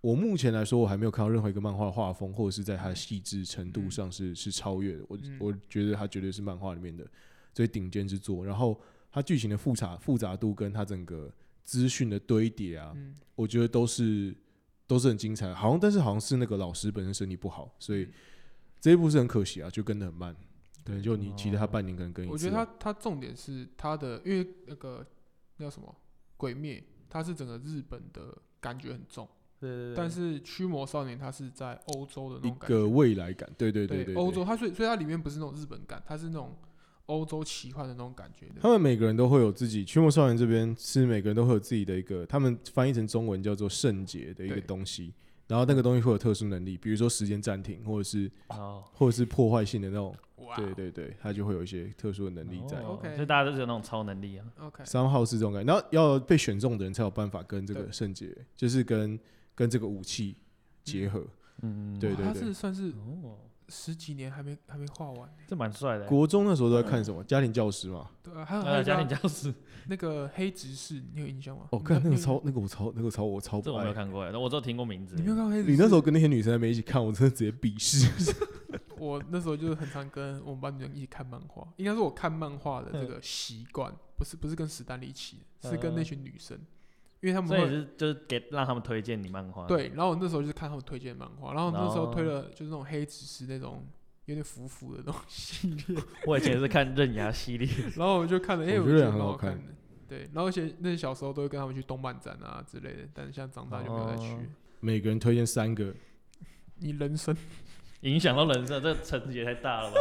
Speaker 2: 我目前来说，我还没有看到任何一个漫画画风，或者是在它的细致程度上是、是超越的。我、
Speaker 1: 嗯
Speaker 2: 我觉得它绝对是漫画里面的最顶尖之作。然后它剧情的复杂复杂度跟它整个资讯的堆叠啊，
Speaker 1: 嗯，
Speaker 2: 我觉得都是都是很精彩的。好像但是好像是那个老师本身身体不好，所以
Speaker 1: 嗯
Speaker 2: 这一部是很可惜啊，就跟的很慢。可能就你期待他
Speaker 3: 哦
Speaker 2: 半年，可能跟一次啊。
Speaker 1: 我觉得他他重点是他的，因为那个那叫什么《鬼灭》，它是整个日本的感觉很重，
Speaker 3: 对对对，
Speaker 1: 但是《驱魔少年》它是在欧洲的那
Speaker 2: 一
Speaker 1: 种感
Speaker 2: 个
Speaker 1: 觉，
Speaker 2: 未来感，对对对对，
Speaker 1: 欧洲，它所以所以它里面不是那种日本感，它是那种欧洲奇幻的那种感觉的。
Speaker 2: 他们每个人都会有自己，《驱魔少年》这边是每个人都会有自己的一个，他们翻译成中文叫做圣洁的一个
Speaker 1: 对
Speaker 2: 东西，然后那个东西会有特殊能力，比如说时间暂停，或者是
Speaker 3: 哦，
Speaker 2: 或者是破坏性的那种，
Speaker 1: 哇哦
Speaker 2: 对对对，它就会有一些特殊的能力在。
Speaker 3: 哦
Speaker 1: OK
Speaker 3: 所以大家都是有那种超能力啊，
Speaker 1: ，OK，
Speaker 2: 三号是这种感觉，然后要被选中的人才有办法跟这个
Speaker 1: 对
Speaker 2: 圣洁，就是跟跟这个武器结合。
Speaker 3: 嗯，
Speaker 2: 对
Speaker 1: 哇
Speaker 2: 对
Speaker 1: 它
Speaker 2: 对
Speaker 1: 是算是
Speaker 3: 哦，
Speaker 1: 十几年还没还没画完呢。
Speaker 3: 这蛮帅的欸，
Speaker 2: 国中那时候都在看什么？家庭教师嘛。
Speaker 1: 对啊，还有还
Speaker 3: 呃，
Speaker 1: 有
Speaker 3: 家
Speaker 1: 家
Speaker 3: 庭教师，
Speaker 1: 那个黑执事，你有印象吗？
Speaker 2: 哦，
Speaker 1: 你
Speaker 2: 看
Speaker 1: 没有
Speaker 2: 那个
Speaker 1: 印象
Speaker 2: 超，那个我超，那个超我超
Speaker 3: 这
Speaker 2: 不
Speaker 3: 我没有
Speaker 2: 爱。
Speaker 3: 看过哎，我只有听过名字
Speaker 1: 你，没有看过黑执事？
Speaker 2: 你那时候跟那些女生在那边一起看，我真的直接鄙视。
Speaker 1: 我那时候就是很常跟我们班女生一起看漫画，应该是我看漫画的这
Speaker 3: 嗯
Speaker 1: 个习惯，不是不是跟史丹利一起，是跟那群女生，因为他们
Speaker 3: 所以
Speaker 1: 会
Speaker 3: 是就是给让他们推荐你漫画，
Speaker 1: 对，然后我那时候就是看他们推荐漫画，然后那时候
Speaker 3: 哦
Speaker 1: 推了就是那种黑执事那种有点浮浮的东西，
Speaker 3: 我以前也是看刃牙系列，
Speaker 1: 然后我就看了，哎、
Speaker 2: 我
Speaker 1: 我
Speaker 2: 觉得
Speaker 1: 觉得
Speaker 2: 很
Speaker 1: 蛮
Speaker 2: 好
Speaker 1: 好看的。对，然后而且那些小时候都会跟他们去动漫展啊之类的，但是现在长大就没有再去。
Speaker 3: 哦
Speaker 2: 每个人推荐三个，
Speaker 1: 你人生
Speaker 3: 影响到人生，这个层级也太大了吧？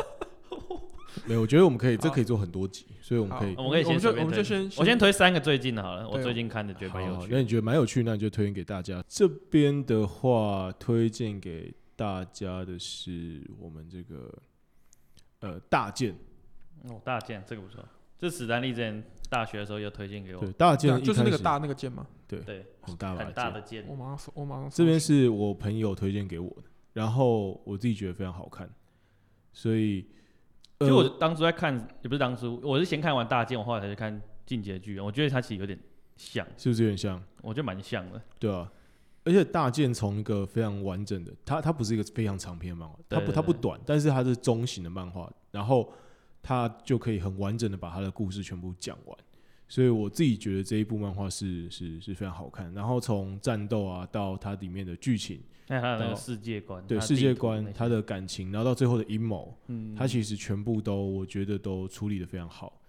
Speaker 2: 没有，我觉得我们可以，这
Speaker 1: 好
Speaker 2: 可以做很多集，所以我们可以
Speaker 1: 好
Speaker 3: 我们可以
Speaker 1: 我们就
Speaker 3: 先随便
Speaker 1: 我们就
Speaker 3: 推
Speaker 1: 先
Speaker 3: 我先推三个最近的好了，我
Speaker 1: 对哦
Speaker 3: 最近看的觉得
Speaker 2: 好
Speaker 3: 蛮有
Speaker 2: 好
Speaker 3: 趣
Speaker 2: 那你觉得蛮有趣，那你就推荐给大家。这边的话，推荐给大家的是我们这个呃大件，
Speaker 3: 哦，大剑这个不错，这史丹利之前大学的时候有推荐给我
Speaker 2: 对，大
Speaker 1: 对啊
Speaker 2: 件
Speaker 1: 就是那个
Speaker 2: 大
Speaker 1: 大那个键嘛，
Speaker 3: 对，
Speaker 2: 很大把
Speaker 3: 很大
Speaker 2: 件
Speaker 3: 的剑
Speaker 1: 我，马上搜我马上搜
Speaker 2: 这边是我朋友推荐给我的，然后我自己觉得非常好看，所以
Speaker 3: 其
Speaker 2: 呃
Speaker 3: 实我当初在看，也不是当初，我是先看完大剑，我后来才去看《进阶巨人》，我觉得它其实有点像，
Speaker 2: 是不是有点像？
Speaker 3: 我觉得蛮像的。
Speaker 2: 对啊，而且大剑从一个非常完整的，它它不是一个非常长篇的漫画，它不
Speaker 3: 对对
Speaker 2: 它不
Speaker 3: 对
Speaker 2: 短，但是它是中型的漫画，然后它就可以很完整的把它的故事全部讲完。所以我自己觉得这一部漫画是是是非常好看，然后从战斗啊到它里面的剧情，
Speaker 3: 那它的那
Speaker 1: 哦
Speaker 2: 然
Speaker 3: 个
Speaker 2: 后
Speaker 3: 世界观，
Speaker 2: 对
Speaker 3: 它的
Speaker 2: 世界
Speaker 3: 地图那
Speaker 2: 观、
Speaker 3: 些
Speaker 2: 它的感情，然后到最后的阴谋，
Speaker 3: 嗯，
Speaker 2: 它其实全部都我觉得都处理的非常好，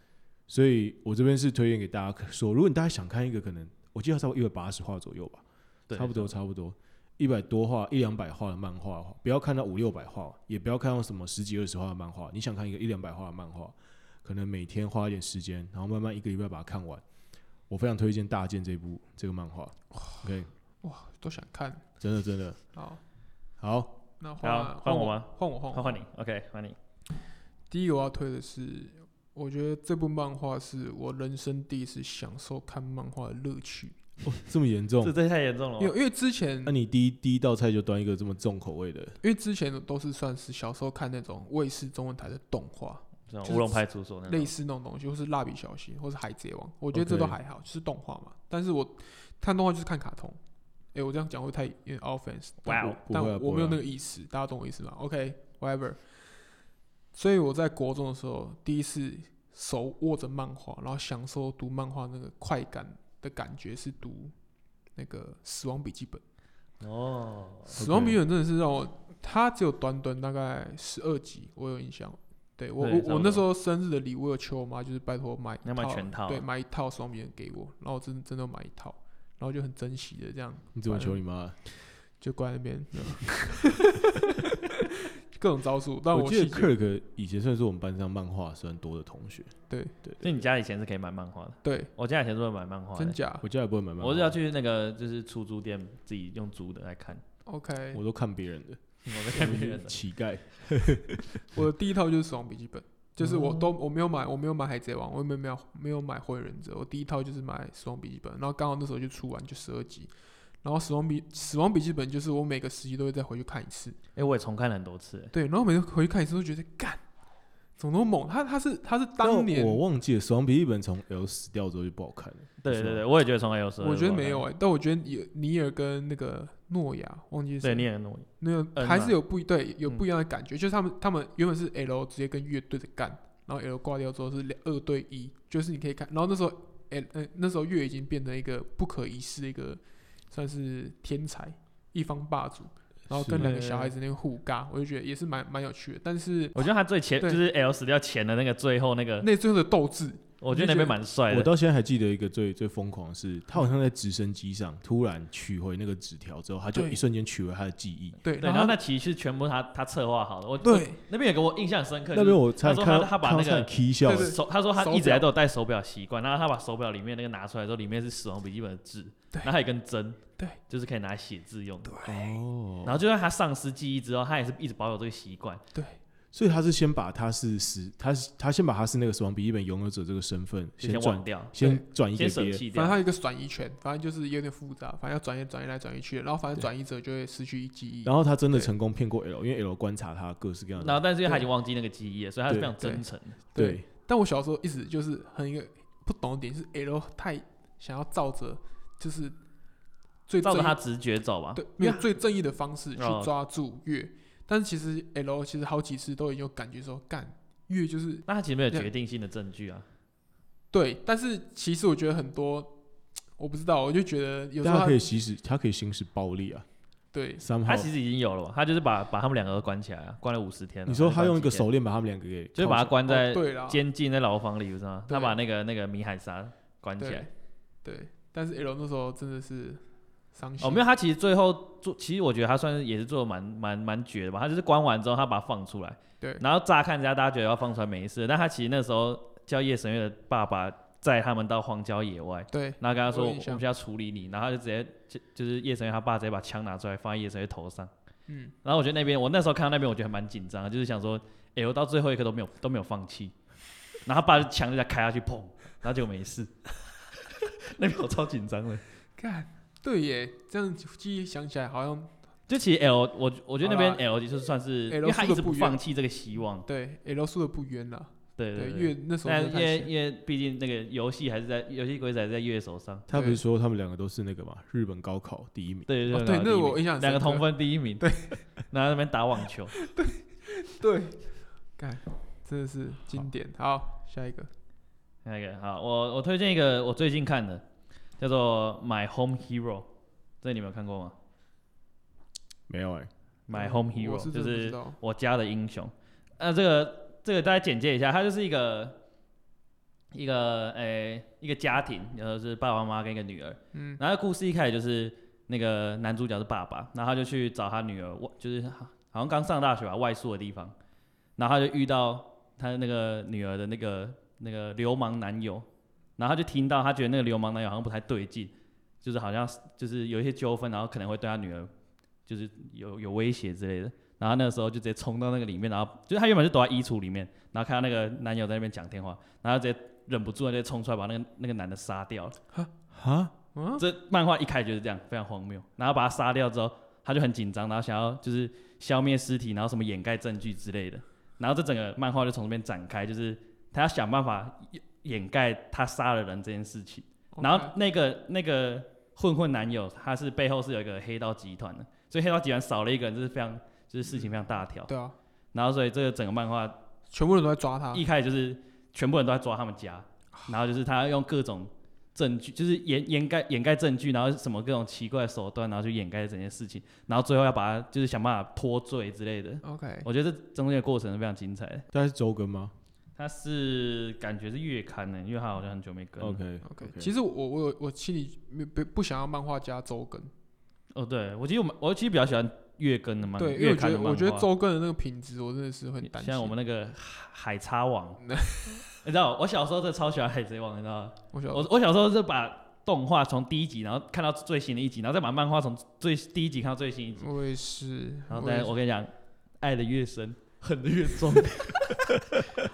Speaker 2: 所以我这边是推荐给大家说，如果你大家想看一个可能，我记得差不多一百八十话左右吧，
Speaker 3: 对
Speaker 2: 差不多差不多一百多话、一两百话的漫画的话，不要看到五六百话，哦也不要看到什么十几二十话的漫画，你想看一个一两百话的漫画，哦可能每天花一点时间，然后慢慢一个礼拜把它看完。我非常推荐《大剑》这部这个漫画，OK，
Speaker 1: 哇，都想看。
Speaker 2: 真的真的
Speaker 1: 好，
Speaker 2: 好，
Speaker 1: 那
Speaker 3: 好
Speaker 1: 换
Speaker 3: 换我
Speaker 1: 我
Speaker 3: 吗？
Speaker 1: 换我换
Speaker 3: 换换你，OK，换你，
Speaker 1: 第一个我要推的是，我觉得这部漫画是我人生第一次享受看漫画的乐趣，
Speaker 2: 哦、这么严重
Speaker 3: 这，这太严重了
Speaker 1: 因为
Speaker 3: 吧。
Speaker 1: 因为之前
Speaker 2: 那、你第一第一道菜就端一个这么重口味的，
Speaker 1: 因为之前都是算是小时候看那种卫视中文台的动画，
Speaker 3: 这
Speaker 1: 就是
Speaker 3: 种乌龙派出所那
Speaker 1: 类
Speaker 3: 种，
Speaker 1: 似那种东西，或是蜡笔小新，或是海贼王，我觉得这
Speaker 2: OK
Speaker 1: 都还好就是动画嘛。但是我看动画就是看卡通。诶，我这样讲会太有点 offense，但
Speaker 3: 哇
Speaker 1: 我
Speaker 3: 哦
Speaker 2: 不
Speaker 1: 但
Speaker 2: 会啊不
Speaker 1: 我
Speaker 2: 会
Speaker 1: 没有
Speaker 2: 啊
Speaker 1: 那个意思，大家懂我意思吗？OK，whatever、所以我在国中的时候，第一次手握着漫画，然后享受读漫画那个快感的感觉，是读那个《死亡笔记本》。
Speaker 3: 哦，
Speaker 1: 《死亡笔记本》真的是让我，它只有短短大概十二集，我有印象。对我
Speaker 3: 对差不
Speaker 1: 我我那
Speaker 3: 多
Speaker 1: 时候生日的礼物，有求我妈就是拜托我买
Speaker 3: 你要
Speaker 1: 一
Speaker 3: 买
Speaker 1: 套，
Speaker 3: 全套啊
Speaker 1: 对，买一套《死亡笔记本》给我，然后我真真的买一套，然后就很珍惜的这样，
Speaker 2: 你怎么
Speaker 1: 反
Speaker 2: 求你妈？
Speaker 1: 就挂在那边，对吧 各种招数。但
Speaker 2: 我记
Speaker 1: 细
Speaker 2: 得
Speaker 1: 节
Speaker 2: Kirk 以前算是我们班上漫画虽然多的同学，
Speaker 1: 对
Speaker 2: 对
Speaker 3: 所以
Speaker 2: 对，
Speaker 3: 你家以前是可以买漫画的，
Speaker 1: 对
Speaker 3: 我家以前是会买漫画
Speaker 1: 真
Speaker 3: 的，
Speaker 1: 假
Speaker 2: 我家也不会买漫画，
Speaker 3: 我是要去那个就是出租店自己用租的来看，
Speaker 1: ，OK
Speaker 2: 我。都看别人的，
Speaker 1: 嗯
Speaker 3: 我在看别 人的。
Speaker 2: 乞丐，
Speaker 1: 我的第一套就是《死亡笔记本》，就是
Speaker 2: 哦
Speaker 1: 我都我没有买，我没有买《海贼王》，我也没有没有买《火影忍者》，我第一套就是买《死亡笔记本》，然后刚好那时候就出完就十二集，然后《死亡笔死亡笔记本》就是我每个时期都会再回去看一次，
Speaker 3: 哎，我也重看了很多次，哎
Speaker 1: 对，然后每次回去看一次都觉得干，怎么那么猛？他他是他是当年
Speaker 2: 但我忘记了《死亡笔记本》从 L 死掉之后就不好看了，
Speaker 3: 对
Speaker 2: 是
Speaker 3: 对
Speaker 2: 吗
Speaker 3: 对，我也觉得重看有时候。
Speaker 1: 我觉得没有哎、但我觉得尼尼尔跟那个诺亚忘记是
Speaker 3: 对，
Speaker 1: 谁
Speaker 3: 你也弄。
Speaker 1: 那个
Speaker 3: 嗯
Speaker 1: 还
Speaker 3: 嘛
Speaker 1: 是有不一对有
Speaker 3: 嗯
Speaker 1: 不一样的感觉，就是他们他们原本是 L 直接跟乐队的干，然后 L 挂掉之后是两二对一，就是你可以看，然后那时候 L 呃那时候乐已经变成一个不可一世的一个算是天才一方霸主，然后跟
Speaker 2: 是
Speaker 1: 两个小孩子那个互尬，我就觉得也是蛮蛮有趣的，但是
Speaker 3: 我觉得他最前
Speaker 1: 对
Speaker 3: 就是 L 死掉前的那个最后那个，
Speaker 1: 那最后的斗志，
Speaker 3: 我觉得那边蛮帅
Speaker 2: 我
Speaker 3: 的。
Speaker 2: 到现在还记得一个最最疯狂的是，他好像在直升机上突然取回那个纸条之后，他就
Speaker 1: 对
Speaker 2: 一瞬间取回他的记忆。
Speaker 1: 对，
Speaker 3: 对，
Speaker 1: 然
Speaker 3: 然后
Speaker 1: 后
Speaker 3: 那其实全部他他策划好的。我
Speaker 1: 对
Speaker 3: 那边有个我印象深刻，
Speaker 2: 那边我
Speaker 3: 他
Speaker 2: 差
Speaker 3: 说
Speaker 2: 点
Speaker 3: 他
Speaker 2: 看到
Speaker 3: 他把
Speaker 2: 看到
Speaker 3: 那个
Speaker 2: 差点 key 笑
Speaker 1: 对
Speaker 2: 了
Speaker 1: 对，
Speaker 3: 手，他说他
Speaker 1: 手
Speaker 3: 一直以
Speaker 1: 表
Speaker 3: 来都有戴手表习惯，然后他把手表里面那个拿出来之后，里面是《死亡笔记本》的字，
Speaker 1: 对
Speaker 3: 然后还有一根针，
Speaker 1: 对，
Speaker 3: 就是可以拿来写字用的。
Speaker 2: 哦，
Speaker 3: 然后就算他丧失记忆之后，他也是一直保有这个习惯。
Speaker 1: 对
Speaker 2: 所以他是先把他是死，他是他先把他是那个《死亡笔记本》拥有者这个身份
Speaker 3: 就先
Speaker 2: 转
Speaker 3: 忘掉，
Speaker 2: 先转移给
Speaker 3: 先
Speaker 2: 别人。
Speaker 3: 舍弃
Speaker 1: 反正
Speaker 3: 掉。
Speaker 1: 它有一个转移权，反正就是有点复杂，反正要转移转移来转移去，然后反正
Speaker 2: 对
Speaker 1: 转移者就会失去记忆，
Speaker 2: 然后他真的
Speaker 1: 对
Speaker 2: 成功骗过 L，因为 L 观察他各式各样
Speaker 3: 然
Speaker 2: 的
Speaker 3: 后，但是因为他已经忘记那个记忆了，所以他是非常
Speaker 1: 对
Speaker 3: 真诚的。
Speaker 1: 对
Speaker 2: 对
Speaker 1: 但我小时候一直就是很一个不懂的点，就是 L 太想要照着就是最
Speaker 3: 照着
Speaker 1: 正义
Speaker 3: 他直觉走吧。
Speaker 1: 对没有最正义的方式去
Speaker 3: 哦
Speaker 1: 抓住月，但是其实 L 其实好几次都已经有感觉说干月就是
Speaker 3: 那他其实没有决定性的证据啊。
Speaker 1: 对，但是其实我觉得很多我不知道，我就觉得有时
Speaker 2: 但
Speaker 1: 候他
Speaker 2: 他可以行使，他可以行使暴力啊。
Speaker 1: 对
Speaker 2: 三
Speaker 3: 他
Speaker 2: 号，
Speaker 3: 其实已经有了嘛，他就是把把他们两个都关起来啊，关了五十天了。
Speaker 2: 你说
Speaker 3: 还
Speaker 2: 他
Speaker 3: 是
Speaker 2: 用一个
Speaker 3: 关几天，
Speaker 2: 手链把他们两个给铐起来，
Speaker 3: 就是把他关在
Speaker 1: 哦对啦，
Speaker 3: 监禁在牢房里，不是吗？
Speaker 1: 对
Speaker 3: 他把那个那个米海莎关起
Speaker 1: 对
Speaker 3: 来。
Speaker 1: 对，但是 L 那时候真的是伤心
Speaker 3: 哦，没有，他其实最后做，其实我觉得他算是也是做的蛮蛮蛮绝的吧。他就是关完之后，他把他放出来，
Speaker 1: 对
Speaker 3: 然后乍看人家大家觉得要放出来没事，但他其实那时候叫叶神月的爸爸载他们到荒郊野外，
Speaker 1: 对
Speaker 3: 然后跟他说
Speaker 1: 我
Speaker 3: 我
Speaker 1: 有
Speaker 3: 我
Speaker 1: 印
Speaker 3: 们
Speaker 1: 象
Speaker 3: 需要处理你，然后他就直接就就是叶神月他爸直接把枪拿出来放在叶神月头上，
Speaker 1: 嗯，
Speaker 3: 然后我觉得那边，我那时候看到那边，我觉得还蛮紧张的，就是想说，哎、我到最后一刻都没有都没有放弃。然后他爸就强力在开下去，砰，然后结果没事。 那边我超紧张的，
Speaker 1: 看，对耶，这样记忆想起来好像
Speaker 3: 就其实 L，我我觉得那边
Speaker 1: 好
Speaker 3: L 就是算是，因
Speaker 1: L
Speaker 3: 为他一直
Speaker 1: 输得不
Speaker 3: 不
Speaker 1: 冤
Speaker 3: 放弃这个希望。
Speaker 1: 对 L 数的不冤啦，
Speaker 3: 对
Speaker 1: 对，
Speaker 3: 对，
Speaker 1: 越那时候
Speaker 3: 但
Speaker 1: 真的太
Speaker 3: 因为
Speaker 1: 闲
Speaker 3: 因为毕竟那个游戏还是在游戏规则还是在月手上。
Speaker 2: 他不
Speaker 1: 对
Speaker 2: 是说他们两个都是那个嘛，日本高考第一名，
Speaker 3: 对
Speaker 1: 哦
Speaker 3: 对
Speaker 1: 对那个我
Speaker 3: 第一名
Speaker 1: 印象很
Speaker 3: 两个
Speaker 1: 深刻
Speaker 3: 同分第一名， 对，然后在那边打网球，
Speaker 1: 对，看，真的是经典。好，下一个，
Speaker 3: 那个好，我我推荐一个我最近看的，叫做《My Home Hero》，这你们有看过吗？
Speaker 2: 没有哎、
Speaker 3: 《My Home
Speaker 1: 我
Speaker 3: Hero
Speaker 1: 是》真的
Speaker 3: 就
Speaker 1: 不知
Speaker 3: 是
Speaker 1: 道，
Speaker 3: 我家的英雄。那这个这个大家简介一下，它就是一个一个诶、一个家庭，然后是爸爸妈妈跟一个女儿。
Speaker 1: 嗯
Speaker 3: 然后故事一开始就是那个男主角是爸爸，然后他就去找他女儿，外就是好像刚上大学吧，外宿的地方，然后他就遇到他那个女儿的那个那个流氓男友，然后他就听到他觉得那个流氓男友好像不太对劲，就是好像是就是有一些纠纷，然后可能会对他女儿就是有有威胁之类的。然后那个时候就直接冲到那个里面，然后就是他原本是躲在衣橱里面，然后看到那个男友在那边讲电话，然后直接忍不住了就冲出来把那个那个男的杀掉了。
Speaker 2: 哈，
Speaker 1: 嗯，
Speaker 3: 这漫画一开始就是这样，非常荒谬。然后把他杀掉之后，他就很紧张，然后想要就是消灭尸体，然后什么掩盖证据之类的。然后这整个漫画就从这边展开，就是他要想办法掩掩盖他杀了人这件事情。然后
Speaker 1: OK
Speaker 3: 那个那个混混男友，他是背后是有一个黑道集团的，所以黑道集团少了一个人，就是非常就是事情非常大条。
Speaker 1: 对啊，
Speaker 3: 然后所以这个整个漫画
Speaker 1: 全部人都在抓他，
Speaker 3: 一开始就是全部人都在抓他们家，然后就是他用各种证据，就是掩掩盖掩盖证据，然后什么各种奇怪的手段，然后去掩盖整件事情，然后最后要把他就是想办法脱罪之类的。
Speaker 1: OK，
Speaker 3: 我觉得这中间的过程是非常精彩的。
Speaker 2: 大概是周更吗
Speaker 3: 他是感觉是月刊欸呢、因为他好像很久没更了。
Speaker 2: ？OK
Speaker 1: OK，其实我我有我心里没不不想要漫画家周更，
Speaker 3: 哦，对，我其实我们我其实比较喜欢月更的漫，
Speaker 1: 对，因为
Speaker 3: 月
Speaker 1: 我觉
Speaker 3: 刊的
Speaker 1: 得
Speaker 3: 漫
Speaker 1: 我觉得
Speaker 3: 画。
Speaker 1: 周更的那个品质，我真的是很担心。
Speaker 3: 像我们那个海海叉 王，你知道我小时候真的超喜欢海贼王，你知道吗？
Speaker 1: 我想
Speaker 3: 我我小时候是把动画从第一集，然后看到最新的一集，然后再把漫画从最第一集看到最新一集。
Speaker 1: 我也是，
Speaker 3: 然
Speaker 1: 嗯
Speaker 3: 后，
Speaker 1: 也
Speaker 3: 但是
Speaker 1: 是
Speaker 3: 我跟你讲，爱的越深，恨的越重。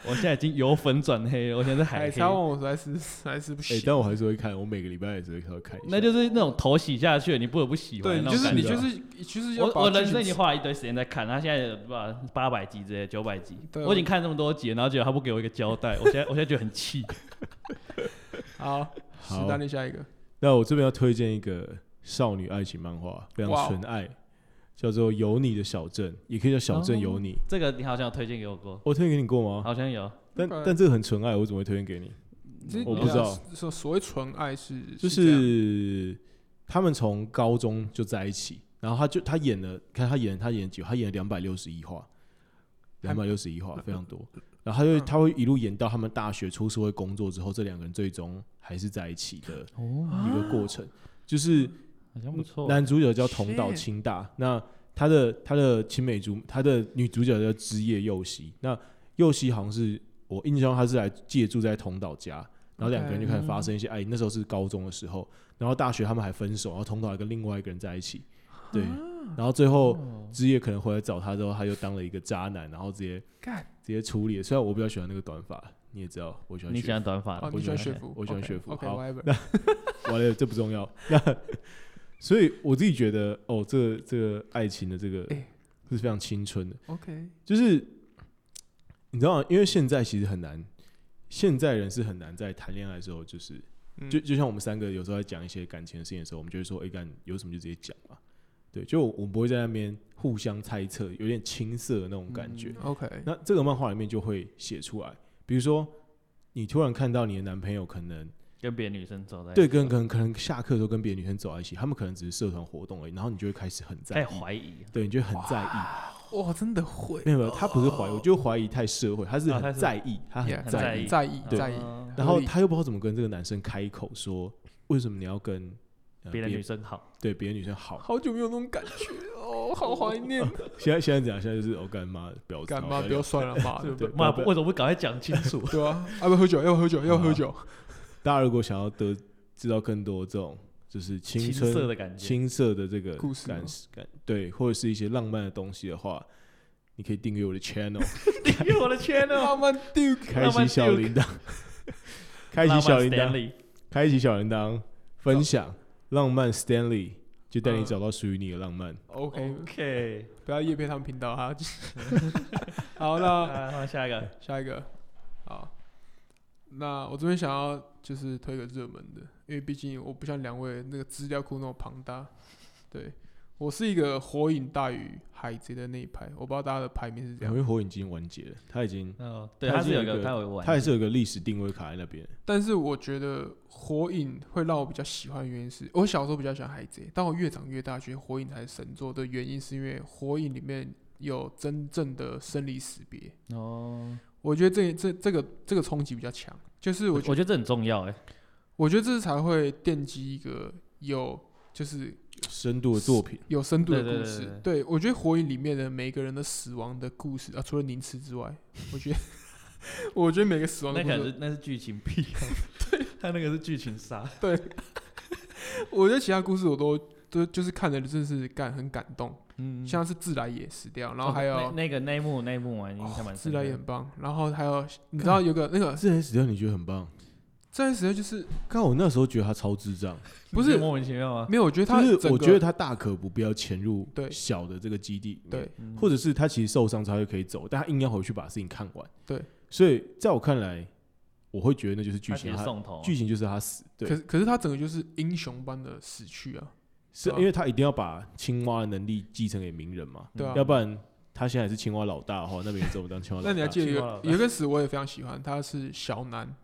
Speaker 3: 我现在已经由粉转黑了，我现在是海
Speaker 1: 海
Speaker 3: 黑
Speaker 1: 叉。王我实在是实在是不
Speaker 2: 哎、
Speaker 1: 行。欸
Speaker 2: 但我还是会看，我每个礼拜也是会稍微看一下。
Speaker 3: 那就是那种头洗下去了，你不得不喜
Speaker 1: 对，
Speaker 3: 欢
Speaker 1: 你
Speaker 3: 的那
Speaker 1: 就
Speaker 3: 种
Speaker 1: 是
Speaker 3: 感
Speaker 1: 你
Speaker 3: 觉。啊
Speaker 1: 就是你就是要
Speaker 3: 我
Speaker 1: 把
Speaker 3: 我
Speaker 1: 剧
Speaker 3: 人生已
Speaker 1: 情
Speaker 3: 经花了一堆时间在看，他现在有把八百集之类的，九百集，
Speaker 1: 对
Speaker 3: 我已经看这么多集了，然后结果他不给我一个交代，我现在我现在觉得很气。
Speaker 1: 好，史
Speaker 2: 好
Speaker 1: 丹利下一个，
Speaker 2: 那我这边要推荐一个少女爱情漫画，非
Speaker 1: 哇
Speaker 2: 常
Speaker 1: 哦
Speaker 2: 纯爱，叫做《有你的小镇》，也可以叫《小
Speaker 1: 哦
Speaker 2: 镇有你》
Speaker 3: 这个你好像有推荐给我过，
Speaker 2: 我推荐给你过吗？
Speaker 3: 好像有。
Speaker 2: 但
Speaker 1: 那个
Speaker 2: 但这个很纯爱，我怎么会推荐给你？
Speaker 1: 这
Speaker 2: 我
Speaker 1: 你
Speaker 2: 不知
Speaker 1: 俩
Speaker 2: 道
Speaker 1: 是所所谓纯爱是
Speaker 2: 就是
Speaker 1: 这样
Speaker 2: 是他们从高中就在一起，然后他就他演了，看他演他演了几，他演了两百六十一话，
Speaker 1: 还
Speaker 2: 两百六十一话非常多。然后他就、
Speaker 1: 嗯
Speaker 2: 他会一路演到他们大学出社会工作之后，这两个人最终还是在一起的
Speaker 3: 哦，
Speaker 2: 一个过程。就是
Speaker 3: 好像不错。
Speaker 2: 男主角叫同岛
Speaker 1: Shit
Speaker 2: 清大，那他的他的青梅竹，他的女主角叫枝叶佑希。那佑希好像是我印象中他是来借住在同岛家，然后两个人就开始发生一些爱。那时候是高中的时候，然后大学他们还分手，然后同岛还跟另外一个人在一起，对，然后最后
Speaker 3: 啊哦
Speaker 2: 枝叶可能回来找他之后，他就当了一个渣男，然后直接
Speaker 1: 干
Speaker 2: 直接处理了。虽然我比较喜欢那个短发，你也知道我喜欢
Speaker 3: 你
Speaker 2: 学
Speaker 3: 喜欢短发
Speaker 1: 哦，
Speaker 3: 的？
Speaker 1: 你喜欢
Speaker 2: 啊喜
Speaker 1: 学
Speaker 2: 欢
Speaker 1: 服，
Speaker 2: 我喜欢学服
Speaker 1: OK，
Speaker 2: 好
Speaker 1: whatever，
Speaker 2: 完了，这不重要。那所以我自己觉得，哦，这个这个爱情的这个
Speaker 1: 哎
Speaker 2: 是非常青春的，
Speaker 1: OK，
Speaker 2: 就是你知道吗？因为现在其实很难，现在人是很难在谈恋爱的时候，就是
Speaker 1: 嗯
Speaker 2: 就就像我们三个有时候在讲一些感情的事情的时候，我们就会说，哎、干有什么就直接讲嘛。对，就我我们不会在那边互相猜测，有点青涩的那种感
Speaker 1: 嗯
Speaker 2: 觉。
Speaker 1: OK，
Speaker 2: 那这个漫画里面就会写出来，比如说你突然看到你的男朋友可能
Speaker 3: 跟别的女生走在一起
Speaker 2: 对，跟可能可能下课的时候跟别的女生走在一起，他们可能只是社团活动而已，然后你就会开始很在
Speaker 3: 太
Speaker 2: 意，
Speaker 3: 怀疑了。
Speaker 2: 对，你就会很在意。
Speaker 1: 哇，真的会，
Speaker 2: 没有没有，他不是怀疑，我就怀疑太社会，他是
Speaker 3: 啊
Speaker 2: 很
Speaker 3: 他是
Speaker 2: 在意，他
Speaker 1: Yeah，
Speaker 2: 很
Speaker 3: 很
Speaker 2: 在
Speaker 3: 在
Speaker 2: 意
Speaker 3: 意。
Speaker 1: 在意
Speaker 2: 对
Speaker 1: 在意，
Speaker 3: 啊
Speaker 2: 然后
Speaker 1: 合理
Speaker 2: 他又不知道怎么跟这个男生开口说，为什么你要跟呃
Speaker 3: 别的女生好，
Speaker 2: 对别的女生好？
Speaker 1: 好久没有那种感觉哦，好怀念，
Speaker 2: 现在现在怎样？现在就是我哦干妈婊子，
Speaker 1: 干
Speaker 2: 好
Speaker 1: 嘛
Speaker 2: 要
Speaker 1: 不要算了， 妈
Speaker 2: 对
Speaker 1: 的，
Speaker 3: 妈，
Speaker 2: 不
Speaker 3: 为什么不赶快讲清楚？
Speaker 1: 对啊，要不要喝酒？要不要喝酒？要不要喝酒？
Speaker 2: 大家如果想要得知道更多这种就是
Speaker 3: 青
Speaker 2: 青
Speaker 3: 涩
Speaker 2: 春
Speaker 3: 的感觉。
Speaker 2: 青涩的这个
Speaker 1: 故事吗
Speaker 2: 感感对，或者是一些浪漫的东西的话，你可以订阅我的 channel，
Speaker 3: 订阅我的 channel，
Speaker 1: 浪漫 Duke，
Speaker 2: 开启小铃铛，开启
Speaker 3: 浪
Speaker 2: 小
Speaker 3: 漫
Speaker 2: 铃铛，
Speaker 3: Stanley，
Speaker 2: 开启小铃铛，分享浪漫 Stanley，就嗯带你
Speaker 1: 嗯
Speaker 2: 找到属于你的浪漫。
Speaker 1: OK，
Speaker 3: OK，
Speaker 1: 不要叶配他们频道哈。 好，那
Speaker 3: 那换下一个，
Speaker 1: 下一个，好，那我这边想要就是推个热门的，因为毕竟我不像两位那个资料库那么庞大，对我是一个火影大于海贼的那一派，我不知道大家的排名是怎
Speaker 2: 因
Speaker 1: 样，
Speaker 2: 为火影已经完结了，它已经
Speaker 3: 哦，对，
Speaker 2: 它
Speaker 3: 他
Speaker 2: 已经
Speaker 3: 是有一
Speaker 2: 有一
Speaker 3: 个，
Speaker 2: 个
Speaker 3: 他有玩，
Speaker 2: 它也是有个历史定位卡在那边。
Speaker 1: 但是我觉得火影会让我比较喜欢的原因是，我小时候比较喜欢海贼，但我越长越大觉得火影才是神作的原因是因为火影里面有真正的生离死别，
Speaker 3: 哦，
Speaker 1: 我觉得这这这个这个冲击比较强，就是我
Speaker 3: 我
Speaker 1: 觉得
Speaker 3: 觉得这很重要哎，
Speaker 1: 我觉得这才会奠基一个有就是
Speaker 2: 深度的作品，
Speaker 1: 有深度的
Speaker 3: 对对
Speaker 1: 故
Speaker 3: 对
Speaker 1: 事。对我觉得《火影》里面的每一个人的死亡的故事啊，除了宁次之外，我觉得 我觉得每个死亡的
Speaker 3: 那
Speaker 1: 故
Speaker 3: 可
Speaker 1: 事，
Speaker 3: 是那是剧情 癖，他那个是剧情杀，
Speaker 1: 我觉得其他故事我都都就是看的真是感很感动，
Speaker 3: 嗯哦
Speaker 1: 像是自来也死掉，然后还有、哦
Speaker 3: 那那个内幕内幕啊我已经看蛮
Speaker 1: 自
Speaker 3: 深
Speaker 1: 来也
Speaker 3: 的，
Speaker 1: 很棒，然后还有你知道有个那个
Speaker 2: 这些死掉你觉得很棒？
Speaker 1: 这段时间就是
Speaker 2: 刚我那时候觉得他超智 障，
Speaker 1: 不
Speaker 3: 你觉
Speaker 1: 是
Speaker 3: 得莫名其妙啊，
Speaker 1: 没有，我觉得他
Speaker 2: 就是
Speaker 1: 整
Speaker 2: 我
Speaker 1: 个
Speaker 2: 觉得他大可不必要潜入
Speaker 1: 对
Speaker 2: 小的这个基地，
Speaker 1: 对，
Speaker 3: 嗯
Speaker 2: 或者是他其实受伤他就可以走，但他硬要回去把事情看完，
Speaker 1: 对，
Speaker 2: 所以在我看来，我会觉得那就是剧
Speaker 3: 他其
Speaker 2: 情，
Speaker 3: 实
Speaker 2: 他
Speaker 3: 送头啊，
Speaker 2: 剧情就是他死，
Speaker 1: 可
Speaker 2: 对，
Speaker 1: 是可是他整个就是英雄般的死去啊，
Speaker 2: 是
Speaker 1: 对啊
Speaker 2: 因为他一定要把青蛙的能力继承给鸣人
Speaker 3: 嗯
Speaker 2: 嘛，
Speaker 1: 对啊，
Speaker 2: 要不然他现在是青蛙老大的话，那边也怎么当青蛙老大？
Speaker 1: 那你还记得有
Speaker 3: 青蛙老
Speaker 1: 个
Speaker 3: 大
Speaker 1: 有一个词我也非常喜欢，它是小南，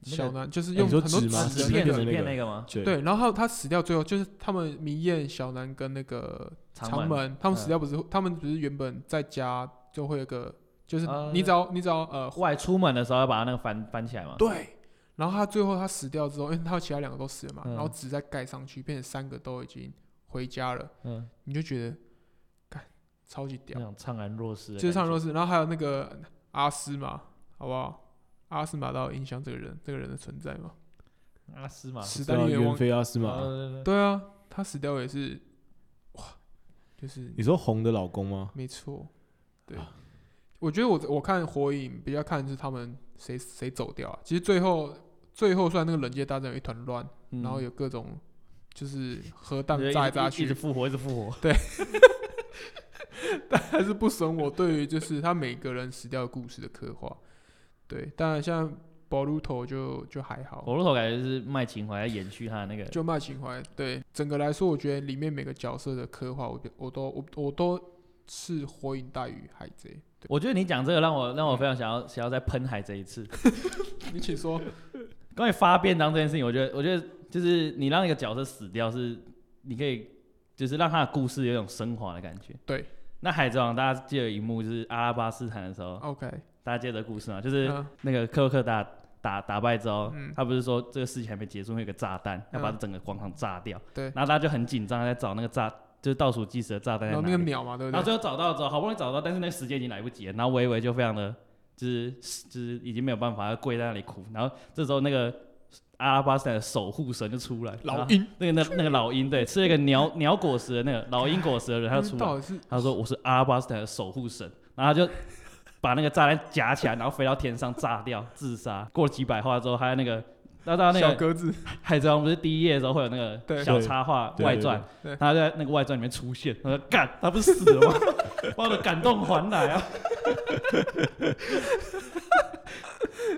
Speaker 3: 那个
Speaker 1: 小南就是
Speaker 2: 哎
Speaker 1: 用
Speaker 2: 你说
Speaker 1: 很多
Speaker 2: 纸
Speaker 3: 啊
Speaker 2: 吗
Speaker 1: 纸
Speaker 2: 纸
Speaker 1: 的
Speaker 2: 片
Speaker 1: 那
Speaker 2: 的
Speaker 1: 个
Speaker 2: 那个
Speaker 3: 个吗？
Speaker 2: 对
Speaker 1: 对，然后他他死掉，最后就是他们明艳、小南跟那个长
Speaker 3: 门
Speaker 1: 门，他们
Speaker 3: 嗯
Speaker 1: 死掉不是他们不是原本在家就会有个，就是
Speaker 3: 呃
Speaker 1: 你只要你只要呃
Speaker 3: 外出门的时候要把那个翻翻起来嘛，
Speaker 1: 对，然后他最后他死掉之后，因为他其他两个都死了嘛，
Speaker 3: 嗯
Speaker 1: 然后纸再盖上去，变成三个都已经回家了，
Speaker 3: 嗯，
Speaker 1: 你就觉得，干超级屌
Speaker 3: 那，种怅然若失的感觉，
Speaker 1: 就是上若是，然后还有那个阿斯玛，好不好？阿斯玛到底影响这个人，这个人的存在嘛？
Speaker 3: 阿斯嘛，
Speaker 1: 史
Speaker 2: 对
Speaker 1: 丹
Speaker 2: 啊，
Speaker 1: 利也
Speaker 2: 猿
Speaker 1: 忘，
Speaker 2: 飞阿斯
Speaker 3: 啊
Speaker 2: 玛，
Speaker 3: 对对对
Speaker 1: 对啊，他死掉也是，哇，就是
Speaker 2: 你说红的老公吗？
Speaker 1: 没错，对
Speaker 2: 啊。
Speaker 1: 我觉得我我看火影比较看就是他们谁谁走掉啊。其实最后最后虽然那个冷界大战有一团乱，
Speaker 3: 嗯
Speaker 1: 然后有各种就是核弹
Speaker 3: 就是一直
Speaker 1: 炸来炸
Speaker 3: 一直
Speaker 1: 去，
Speaker 3: 复活，一直复 活，
Speaker 1: 但还是不损我对于就是他每个人死掉的故事的刻画。对，当然像 Boruto 就就还好，
Speaker 3: 火鹿头感觉是卖情怀来延续他的那个，
Speaker 1: 就卖情怀。对，整个来说，我觉得里面每个角色的刻画，我觉我都我我都是火影大于海贼。对，
Speaker 3: 我觉得你讲这个让我让我非常想要想要再喷海这一次。
Speaker 1: 你请 说。
Speaker 3: 关于发便当这件事情，我觉得，我觉得就是你让一个角色死掉是，你可以就是让他的故事有一种升华的感觉。
Speaker 1: 对。
Speaker 3: 那海贼王大家记得一幕就是阿拉巴斯坦的时候，
Speaker 1: OK，
Speaker 3: 大家记得故事嘛，就是
Speaker 1: 嗯
Speaker 3: 那个克洛克打打打败之后，
Speaker 1: 嗯
Speaker 3: 他不是说这个事情还没结束，会有个炸弹要把
Speaker 1: 嗯
Speaker 3: 整个广场炸掉。
Speaker 1: 对
Speaker 3: 然后大家就很紧张，在找那个炸，就是倒数计时的炸弹
Speaker 1: 然
Speaker 3: 在
Speaker 1: 后那
Speaker 3: 哪
Speaker 1: 个
Speaker 3: 里。
Speaker 1: 鸟嘛，对不
Speaker 3: 然后
Speaker 1: 对？
Speaker 3: 最后找到之后，好不容易找到，但是那个时间已经来不及了。然后维维就非常的，就是就是已经没有办法，要跪在那里哭。然后这时候那个阿拉巴斯坦的守护神就出来，
Speaker 1: 老
Speaker 3: 然后
Speaker 1: 鹰，
Speaker 3: 那个那那个老鹰，对，吃了一个鸟鸟果实的那个老鹰果实的人，他就出来，
Speaker 1: 嗯到底是
Speaker 3: 他说我是阿拉巴斯坦的守护神，然后他就。把那个炸弹夹起来，然后飞到天上炸掉，自杀。过了几百话之后，还有那个，那到那
Speaker 1: 小
Speaker 3: 个
Speaker 1: 鸽子，
Speaker 3: 海贼王不是第一页的时候会有那个
Speaker 1: 对
Speaker 3: 小插画
Speaker 2: 对对
Speaker 3: 外传
Speaker 1: 对对，
Speaker 3: 他在那个外传里面出现，他说干，他不是死了吗？ 把我的感动还来啊！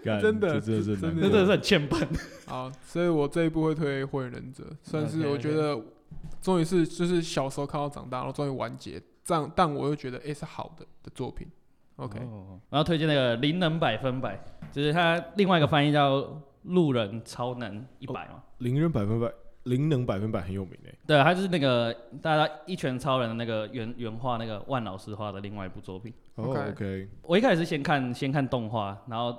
Speaker 2: 干
Speaker 1: 真的
Speaker 2: 这真的
Speaker 1: 这
Speaker 2: 是
Speaker 1: 真的
Speaker 2: 难
Speaker 3: 那
Speaker 2: 过
Speaker 3: 真的是很欠笨。
Speaker 1: 好，所以我这一部会推《火影忍者》，算是
Speaker 3: OK，OK
Speaker 1: 我觉得终于是就是小时候看到长大，然后终于完结，这样但我又觉得诶是好的的作品。OK，、
Speaker 3: 哦然后推荐那个《灵能百分百》，就是他另外一个翻译叫《路人超能一百》
Speaker 1: 哦
Speaker 3: 嘛。
Speaker 2: 零人百分百，灵能百分百很有名诶。欸
Speaker 3: 对，他就是那个大家一拳超人的那个原原画那个万老师画的另外一部作品。
Speaker 2: 哦
Speaker 1: OK
Speaker 2: ，OK，
Speaker 3: 我一开始是先看先看动画，然后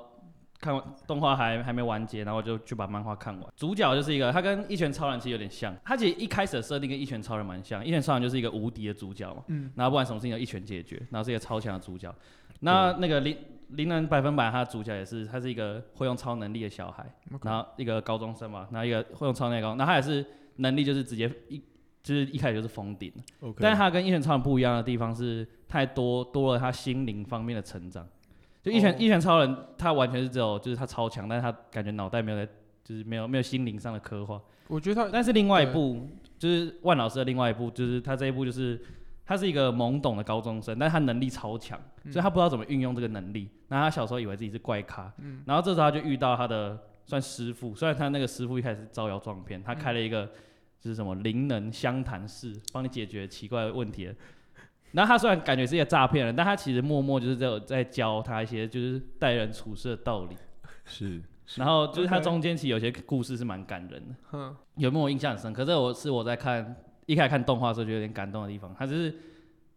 Speaker 3: 看完动画还还没完结，然后我就去把漫画看完。主角就是一个，他跟一拳超人其实有点像，他其实一开始的设定跟一拳超人蛮像，一拳超人就是一个无敌的主角嘛，
Speaker 1: 嗯
Speaker 3: 然后不管什么事情都一拳解决，然后是一个超强的主角。那那个灵《灵能百分百》它的主角也是，他是一个会用超能力的小孩
Speaker 1: OK
Speaker 3: 然后一个高中生嘛，然后一个会用超能力的高中，然后他也是能力就是直接一就是一开始就是封顶了。
Speaker 2: OK，
Speaker 3: 但是他跟一拳超人不一样的地方是，太多多了他心灵方面的成长。就一拳、
Speaker 1: 哦
Speaker 3: 一拳超人，他完全是只有就是他超强，但是他感觉脑袋没有在，就是没有没有心灵上的刻画。
Speaker 1: 我觉得他
Speaker 3: 但是另外一部就是万老师的另外一部，就是他这一部就是他是一个懵懂的高中生，但是他能力超强，所以他不知道怎么运用这个能力。然后他小时候以为自己是怪咖，然后这时候他就遇到他的算师傅，虽然他那个师傅一开始招摇撞骗，他开了一个就是什么灵能相谈室，帮你解决奇怪的问题。然后他虽然感觉是一个诈骗人，但他其实默默就是在有在教他一些就是待人处事的道理。
Speaker 2: 是
Speaker 3: 然后就是他
Speaker 1: OK
Speaker 3: 中间其实有些故事是蛮感人的。
Speaker 1: 哼
Speaker 3: 有没有印象很深？可是我是我在看一开始看动画的时候，就有点感动的地方。他就是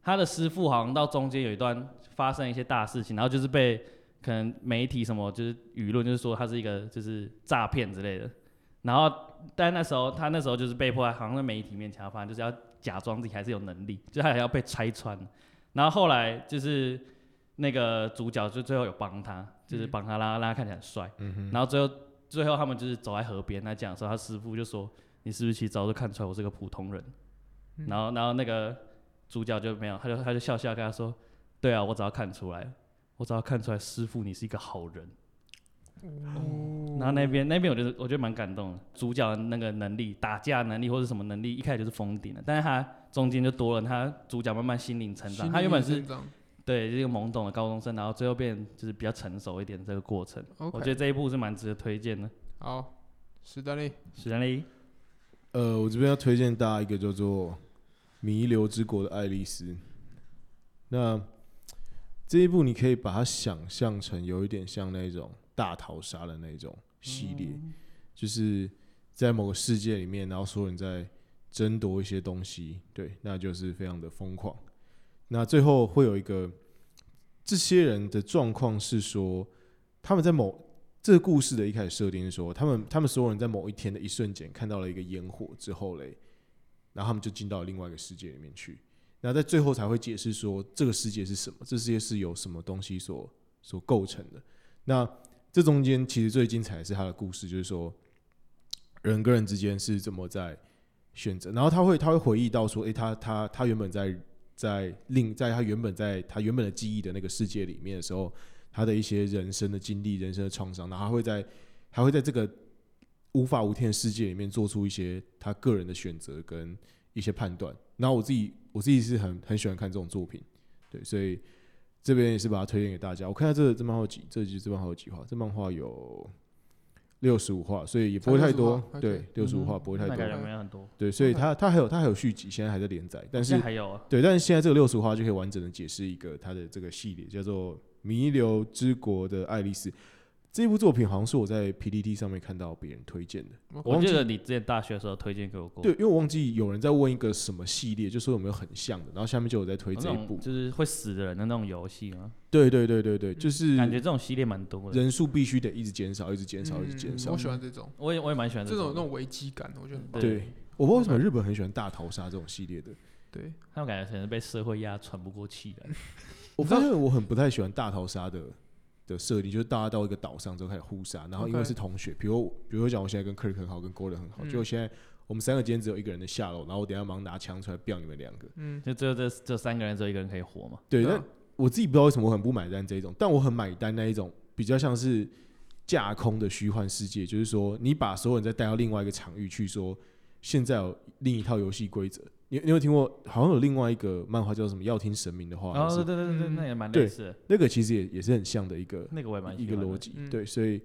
Speaker 3: 他的师傅好像到中间有一段发生一些大事情，然后就是被可能媒体什么就是舆论就是说他是一个就是诈骗之类的。然后但那时候他那时候就是被迫好像在媒体面前，他反正就是要假装自己还是有能力，就他还要被拆穿。然后后来就是那个主角就最后有帮他，就是帮他让他让他看起来很帅。然后最后最后他们就是走在河边在讲的时候，他师傅就说：“你是不是其实早就看出来我是个普通人？”然后然后那个主角就没有，他就他就笑笑跟他说：“对啊，我早就看出来了，我早就看出来师傅你是一个好人。”然后那边那边我觉得我觉得蛮感动的，主角的那个能力、打架能力或者什么能力，一开始就是封顶了，但是他中间就多了他主角慢慢心灵成长，他原本是对，是一个懵懂的高中生，然后最后变就是比较成熟一点的这个过程。
Speaker 1: OK
Speaker 3: 我觉得这一部是蛮值得推荐的。
Speaker 1: 好，史丹利
Speaker 3: 史丹利，
Speaker 2: 呃，我这边要推荐大家一个叫做《弥留之国的爱丽丝》。那这一部你可以把它想象成有一点像那种大逃杀的那种系列，就是在某个世界里面，然后所有人在争夺一些东西，对，那就是非常的疯狂。那最后会有一个，这些人的状况是说，他们在某这个故事的一开始设定是说，他们他们所有人在某一天的一瞬间看到了一个烟火之后嘞，然后他们就进到另外一个世界里面去。那在最后才会解释说这个世界是什么，这世界是由什么东西所所构成的。那这中间其实最精彩的是他的故事，就是说人跟人之间是怎么在选择。然后他会他会回忆到说，诶、他他他原本在在另在他原本在他原本的记忆的那个世界里面的时候，他的一些人生的经历、人生的创伤，然后他会在他会在这个无法无天的世界里面做出一些他个人的选择跟一些判断。然后我自己我自己是很很喜欢看这种作品，对，所以这边也是把它推荐给大家。我看下这这漫画有几，这集这漫画有几话？这漫画有六十五话，所以也不会太多
Speaker 1: 才65话，
Speaker 2: 对
Speaker 1: ，OK，
Speaker 2: 六十五话不会太
Speaker 3: 嗯那
Speaker 2: 多
Speaker 3: 感，觉没有很多，
Speaker 2: 对，所以它它还有它还有续集，现在还在连载，但是
Speaker 3: 嗯现在还有啊，
Speaker 2: 对，但是现在这个六十话就可以完整的解释一个它的这个系列，叫做《弥留之国的爱丽丝》。这部作品好像是我在 PPT 上面看到别人推荐的，我
Speaker 3: 我
Speaker 2: 忘
Speaker 3: 记
Speaker 2: 记
Speaker 3: 得你之前大学的时候推荐给我过。
Speaker 2: 对，因为我忘记有人在问一个什么系列，就说有没有很像的，然后下面就有在推
Speaker 3: 哦那
Speaker 2: 这一
Speaker 3: 种
Speaker 2: 部。
Speaker 3: 就是会死的人的那种游戏啊，
Speaker 2: 对对对对对，就是
Speaker 3: 感觉这种系列蛮多的。
Speaker 2: 人数必须得一直减少，一直减少，一直减
Speaker 1: 嗯我
Speaker 2: 少。
Speaker 1: 喜欢这种
Speaker 3: 我也我也蛮喜欢
Speaker 1: 这种
Speaker 3: 种
Speaker 1: 那种危机感，我觉得很棒。
Speaker 3: 嗯对
Speaker 2: 对，我不知道为什么日本很喜欢大逃杀这种系列的。
Speaker 1: 对，
Speaker 3: 他们感觉可能被社会压喘不过气来。
Speaker 2: 我发现我很不太喜欢大逃杀的的设定，就是大家到一个岛上之后开始互杀，然后因为
Speaker 1: OK
Speaker 2: 是同学，比如比如讲我现在跟 Kirk 很好，跟 Gordon 很好，
Speaker 1: 嗯
Speaker 2: 结果现在我们三个今天只有一个人的下楼，然后我等一下忙拿枪出来飙你们两个。
Speaker 1: 嗯，
Speaker 3: 就只有这这三个人，只有一个人可以活嘛。
Speaker 2: 对，
Speaker 1: 对啊
Speaker 2: 但我自己不知道为什么我很不买单这一种，但我很买单那一种比较像是架空的虚幻世界，就是说你把所有人再带到另外一个场域去说，现在有另一套游戏规则。你你有听过？好像有另外一个漫画叫什么“要听神明的话”，
Speaker 3: 然
Speaker 2: 还是
Speaker 3: 后哦对对对对，
Speaker 1: 嗯
Speaker 3: 那也蛮
Speaker 2: 对
Speaker 3: 类似的，
Speaker 2: 那个其实也也是很像的一个
Speaker 3: 那个我也蛮
Speaker 2: 一
Speaker 3: 喜
Speaker 2: 个
Speaker 3: 欢的
Speaker 2: 逻辑
Speaker 1: 嗯。
Speaker 2: 对，所以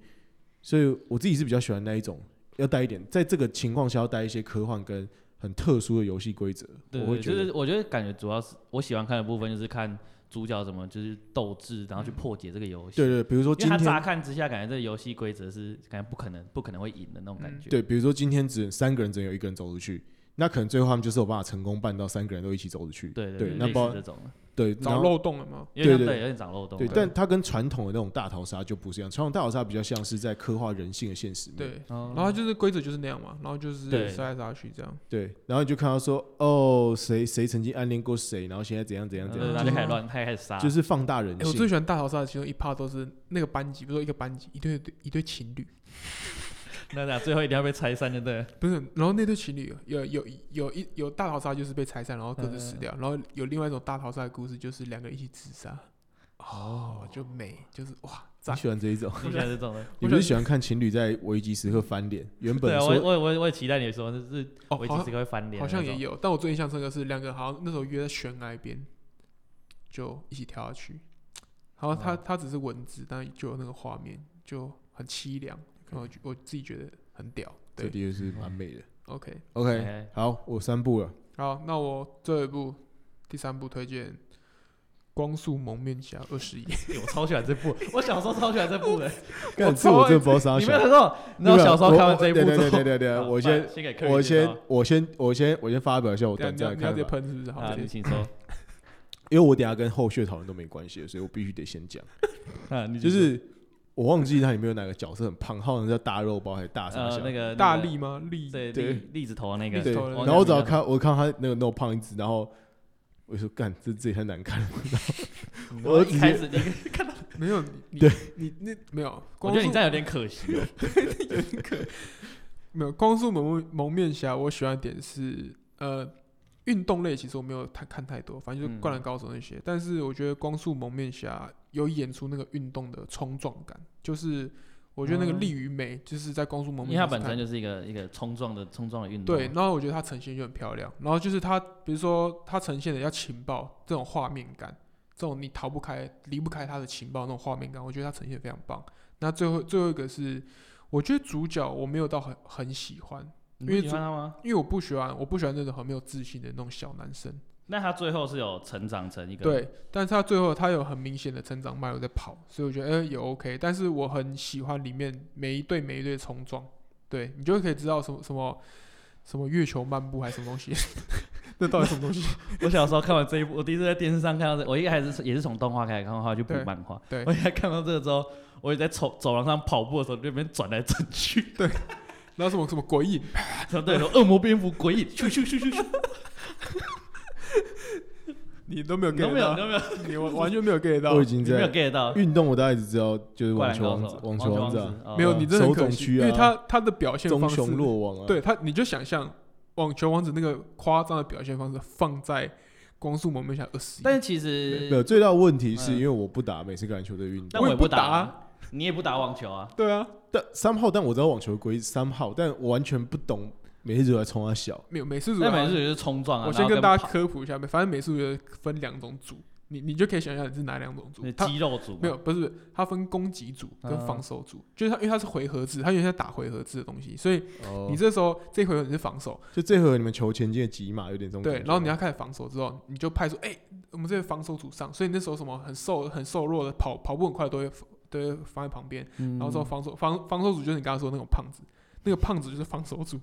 Speaker 2: 所以我自己是比较喜欢那一种，要带一点，在这个情况下要带一些科幻跟很特殊的游戏规则，
Speaker 3: 对，
Speaker 2: 我
Speaker 3: 对
Speaker 2: 会觉
Speaker 3: 就
Speaker 2: 得
Speaker 3: 是我觉得感觉主要是我喜欢看的部分就是看主角怎么就是斗志，然后去破解这个游戏。
Speaker 2: 对对，比如说
Speaker 3: 因为
Speaker 2: 今
Speaker 3: 他乍
Speaker 2: 天。
Speaker 3: 看之下，感觉这个游戏规则是感觉不可能、不可能会赢的那种感觉。
Speaker 2: 对，比如说今天只能三个人，只能有一个人走出去。那可能最后他们就是有办法成功办到三个人都一起走出去。
Speaker 3: 对
Speaker 2: 对，
Speaker 3: 对，
Speaker 2: 那
Speaker 3: 类
Speaker 2: 包
Speaker 3: 似这种的，
Speaker 2: 对然
Speaker 1: 找
Speaker 2: 后
Speaker 1: 漏洞了吗？
Speaker 3: 因
Speaker 2: 对
Speaker 3: 为它
Speaker 2: 对
Speaker 3: 对有点长漏洞啊。
Speaker 2: 对，但它跟传统的那种大逃杀就不是一样，传统大逃杀比较像是在刻画人性的现实面。
Speaker 1: 对，
Speaker 3: 哦
Speaker 1: 然后就是规则就是那样嘛，然后就是
Speaker 3: 对
Speaker 1: 杀来杀去这样。
Speaker 2: 对，然后你就看到说，哦，谁谁曾经暗恋过谁，然后现在怎样怎样怎
Speaker 3: 嗯
Speaker 2: 样，
Speaker 3: 然
Speaker 1: 那
Speaker 3: 后
Speaker 2: 就
Speaker 3: 就是开始乱，开始杀，
Speaker 2: 就是放大人
Speaker 1: 哎，我
Speaker 2: 性。
Speaker 1: 最喜欢大逃杀的其中一 part 都是那个班级，比如说一个班级一对一对情侣，
Speaker 3: 那那最后一定要被拆散，就对了。
Speaker 1: 不是，然后那对情侣有有有一有大逃杀就是被拆散，然后各自死掉，然后有另外一种大逃杀的故事就是两个人一起自杀。哦，就美，就是哇，
Speaker 2: 你
Speaker 1: 赞！
Speaker 2: 喜欢这一 种？
Speaker 3: 你喜欢这种的？
Speaker 2: 你不是喜欢看情侣在危机时刻翻脸？原
Speaker 3: 对
Speaker 2: 本
Speaker 3: 啊，我也
Speaker 2: 说
Speaker 3: 我也我也我也期待你说，就是
Speaker 1: 哦，
Speaker 3: 危
Speaker 1: 好
Speaker 3: 机
Speaker 1: 像
Speaker 3: 时刻会翻脸，
Speaker 1: 好像也。有，但我最印象深刻是两个好像那时候约在悬崖边，就一起跳下去。然后他、
Speaker 3: 哦
Speaker 1: 他只是文字，但就有那个画面就很凄凉，然后我自己觉得很屌。
Speaker 2: 这
Speaker 1: 对
Speaker 2: 的确是蛮美的。
Speaker 1: ，OK，
Speaker 2: OK，
Speaker 3: 哎，
Speaker 2: 好，我三步了。
Speaker 1: 好，那我这一部第三部推荐《光速蒙面侠二十一》，
Speaker 3: 我超喜欢这部，我小时候超喜欢这部的。
Speaker 2: 干
Speaker 1: 我
Speaker 2: 这我
Speaker 1: 超
Speaker 2: 真的不知道啥
Speaker 3: 你
Speaker 2: 想
Speaker 3: 没有。看过？你知道小时候看完这一部
Speaker 2: 对
Speaker 3: 之
Speaker 2: 对
Speaker 3: 后啊
Speaker 2: 对，对对，我
Speaker 3: 好
Speaker 2: 先
Speaker 3: 先给客人
Speaker 2: 我
Speaker 3: 介
Speaker 2: 先
Speaker 3: 绍
Speaker 2: 我先我先我先发表一下我
Speaker 1: 等
Speaker 2: 短
Speaker 1: 一下
Speaker 2: 暂
Speaker 1: 你要你要直接
Speaker 2: 的看法，
Speaker 1: 喷是不是？好，
Speaker 3: 啊，
Speaker 1: 谢
Speaker 3: 你
Speaker 1: 谢
Speaker 3: 请说。
Speaker 2: 因为我等一下跟后续讨论都没关系，所以我必须得先讲。
Speaker 3: 啊，你
Speaker 2: 就
Speaker 3: 请说
Speaker 2: 是我忘记它里面有哪个角色很胖，好像叫大肉包还是啊大啥
Speaker 3: 呃
Speaker 2: 小
Speaker 3: 那个
Speaker 1: 大
Speaker 3: 那个
Speaker 1: 力吗？力
Speaker 3: 对
Speaker 2: 对
Speaker 3: 栗栗子头那个，
Speaker 1: 栗
Speaker 2: 对，
Speaker 1: 子头的那个
Speaker 3: 忘
Speaker 2: 然后我
Speaker 3: 记
Speaker 2: 只要
Speaker 3: 叫什么
Speaker 2: 看，我看他那个那么胖一只，然后我就说干，这这也太难看了。
Speaker 3: 嗯
Speaker 2: 我直
Speaker 3: 一
Speaker 2: 接
Speaker 3: 开 始你，看到，
Speaker 1: 没有你你
Speaker 2: 对
Speaker 1: 你那没有，
Speaker 3: 我
Speaker 1: 光
Speaker 3: 觉得你
Speaker 1: 速
Speaker 3: 这样有点可惜哦。
Speaker 1: 没有光速蒙面蒙面侠，我喜欢的点是呃，运动类其实我没有太看太多，反正就是
Speaker 3: 嗯
Speaker 1: 灌篮高手那些。但是我觉得光速蒙面侠有演出那个运动的冲撞感，就是我觉得那个
Speaker 3: 嗯
Speaker 1: 力与美，就是在光速蒙
Speaker 3: 因
Speaker 1: 面
Speaker 3: 为
Speaker 1: 侠是
Speaker 3: 它本
Speaker 1: 看
Speaker 3: 身就是一个一个冲撞的冲撞的运动
Speaker 1: 对
Speaker 3: 嘛，，
Speaker 1: 然后我觉得它呈现就很漂亮。然后就是它，比如说它呈现的要情报这种画面感，这种你逃不开、离不开它的情报那种画面感，我觉得它呈现得非常棒。那最后最后一个是，我觉得主角我没有到很很喜欢，
Speaker 3: 因
Speaker 1: 因为
Speaker 3: 喜欢他吗？
Speaker 1: 因为我不喜欢，我不喜欢那种很没有自信的那种小男生。
Speaker 3: 那他最后是有成长成一个，
Speaker 1: 对，但是他最后他有很明显的成长脉络在跑，所以我觉得哎、也 OK。但是我很喜欢里面每一对每一对的冲撞，对你就可以知道什么什么什么月球漫步还是什么东西， 那到底什么东 西？
Speaker 3: 我小时候看完这一部，我第一次在电视上看到这，我一开始是也是从动画开始看，后来就补
Speaker 1: 对
Speaker 3: 漫画。
Speaker 1: 对
Speaker 3: 我一开始看到这个之后，我也在走走廊上跑步的时候，就那边转来转去，
Speaker 1: 然后什么什么鬼影，
Speaker 3: 然后对，然后恶魔蝙蝠鬼影，咻咻咻咻 咻，
Speaker 1: 你都没有
Speaker 3: 你都
Speaker 1: get
Speaker 3: 没
Speaker 1: 到
Speaker 3: 有，你， 都没有，
Speaker 1: 你 完完全没有 get 到
Speaker 2: 我已，经
Speaker 3: 你没有
Speaker 2: 在
Speaker 3: get 到。
Speaker 2: 运动，我大概只知道就是网
Speaker 3: 灌篮
Speaker 2: 球
Speaker 3: 高
Speaker 2: 王
Speaker 3: 手
Speaker 2: 子、、网球王子啊、
Speaker 3: 子，哦
Speaker 1: 没有你真的很可
Speaker 2: 手冢
Speaker 1: 惜，
Speaker 2: 区
Speaker 1: 因
Speaker 2: 啊
Speaker 1: 为他他的表现
Speaker 2: 棕
Speaker 1: 方式
Speaker 2: 熊落网啊，
Speaker 1: 对他，你就想象网球王子那个夸张的表现方式放在光速蒙面侠二十一，
Speaker 3: 但是其
Speaker 2: 没有
Speaker 3: 实，
Speaker 2: 最大的问题是
Speaker 3: 嗯
Speaker 2: 因为我不打美式橄榄球的运动，
Speaker 3: 但我也
Speaker 1: 我也不
Speaker 3: 打
Speaker 1: 打
Speaker 3: 啊
Speaker 1: 啊，
Speaker 3: 你也不打网球啊，
Speaker 1: 对啊，
Speaker 2: 但三号，但我知道网球的规三号，但我完全不懂美式足球在冲他小。
Speaker 1: 没有美式足球
Speaker 3: 那
Speaker 1: 好像
Speaker 3: 本身就是冲撞啊。
Speaker 1: 我
Speaker 3: 然
Speaker 1: 先
Speaker 3: 后
Speaker 1: 跟大家
Speaker 3: 跑
Speaker 1: 科普一下，反正美术有分两种组，你你就可以想象你是哪两种组
Speaker 3: 那。嗯
Speaker 1: 它
Speaker 3: 肌肉组嘛
Speaker 1: 没有，不是它分攻击组跟防守组，就是它因为它是回合制，它原先打回合制的东西，所以
Speaker 2: 哦
Speaker 1: 你，这时候这回合你是防守，
Speaker 2: 就这回合你们球前进的几码有点这种
Speaker 1: 对
Speaker 2: 感，觉
Speaker 1: 然后你要开始防守之后，你就派出哎、我们这个防守组上，所以那时候什么很瘦很瘦弱的跑跑步很快的都会都会放在旁边，然
Speaker 3: 嗯
Speaker 1: 后说防守防防守组就是你刚刚说的那种胖子，那个胖子就是防守组，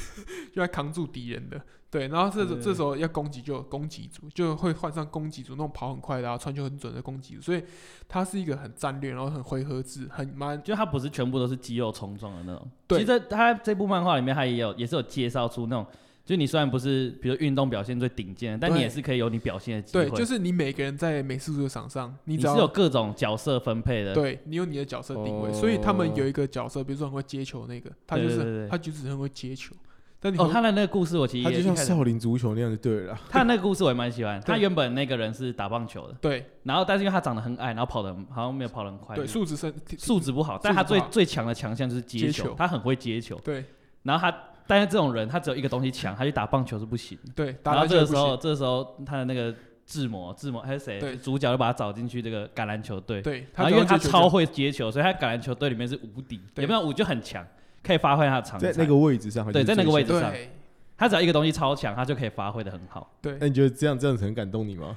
Speaker 1: 就在扛住敌人的。对，然后这时候
Speaker 3: 对
Speaker 1: 这时候要攻击就有攻击组，就会换上攻击组那种跑很快的、啊、传球很准的攻击组，所以它是一个很战略，然后很回合制，很蛮
Speaker 3: 就它不是全部都是肌肉冲撞的那种。
Speaker 1: 对
Speaker 3: 其实这它这部漫画里面，它也有也是有介绍出那种，就你虽然不是比如运动表现最顶尖的，但
Speaker 1: 对
Speaker 3: 你也是可以有你表现的机会。
Speaker 1: 对，就是你每个人在美式足球场上，你
Speaker 3: 你
Speaker 1: 只
Speaker 3: 是有
Speaker 1: 要
Speaker 3: 各种角色分配的。哦
Speaker 1: 对你有你的角色定位，所以他们有一个角色，比如说很会接球那个，他就
Speaker 3: 对对对
Speaker 1: 是他就只是很会接球，但你
Speaker 3: 哦，
Speaker 1: 很
Speaker 3: 他的那个故事我其实
Speaker 2: 他
Speaker 3: 也
Speaker 2: 就
Speaker 3: 一
Speaker 2: 像
Speaker 3: 开始
Speaker 2: 少林足球那样就对了啦。
Speaker 3: 他的那个故事我也蛮喜欢。
Speaker 1: 对
Speaker 3: 他原本那个人是打棒球的，
Speaker 1: 对
Speaker 3: 然后但是因为他长得很矮，然后跑得很好像没有跑得很快，
Speaker 1: 对素质身
Speaker 3: 素质不好，但
Speaker 1: 素质
Speaker 3: 他最
Speaker 1: 不好
Speaker 3: 最强的强项就是接
Speaker 1: 接
Speaker 3: 球
Speaker 1: 球，
Speaker 3: 他很会接球。
Speaker 1: 对
Speaker 3: 然后他但是这种人他只有一个东西强，他去打棒球是不行的。
Speaker 1: 对，打
Speaker 3: 然后
Speaker 1: 篮
Speaker 3: 这
Speaker 1: 球也
Speaker 3: 个
Speaker 1: 不
Speaker 3: 时
Speaker 1: 行
Speaker 3: 候，这个时候他的那个志摩，志摩还是谁？
Speaker 1: 对
Speaker 3: 主角就把他找进去这个橄榄球队。
Speaker 1: 对，
Speaker 3: 然
Speaker 1: 只
Speaker 3: 后因
Speaker 1: 要
Speaker 3: 为他
Speaker 1: 接球就
Speaker 3: 超会接球，所以他橄榄球队里面是无敌，
Speaker 1: 对
Speaker 3: 也没有五就很强，可以发挥他的长才。
Speaker 2: 在那个位置上，他就是
Speaker 3: 对在那个
Speaker 2: 最
Speaker 3: 位置
Speaker 2: 强
Speaker 3: 上
Speaker 1: 对
Speaker 3: 他只要一个东西超强，他就可以发挥的很 好。
Speaker 1: 对，
Speaker 2: 那你觉得这样这样子很感动你吗？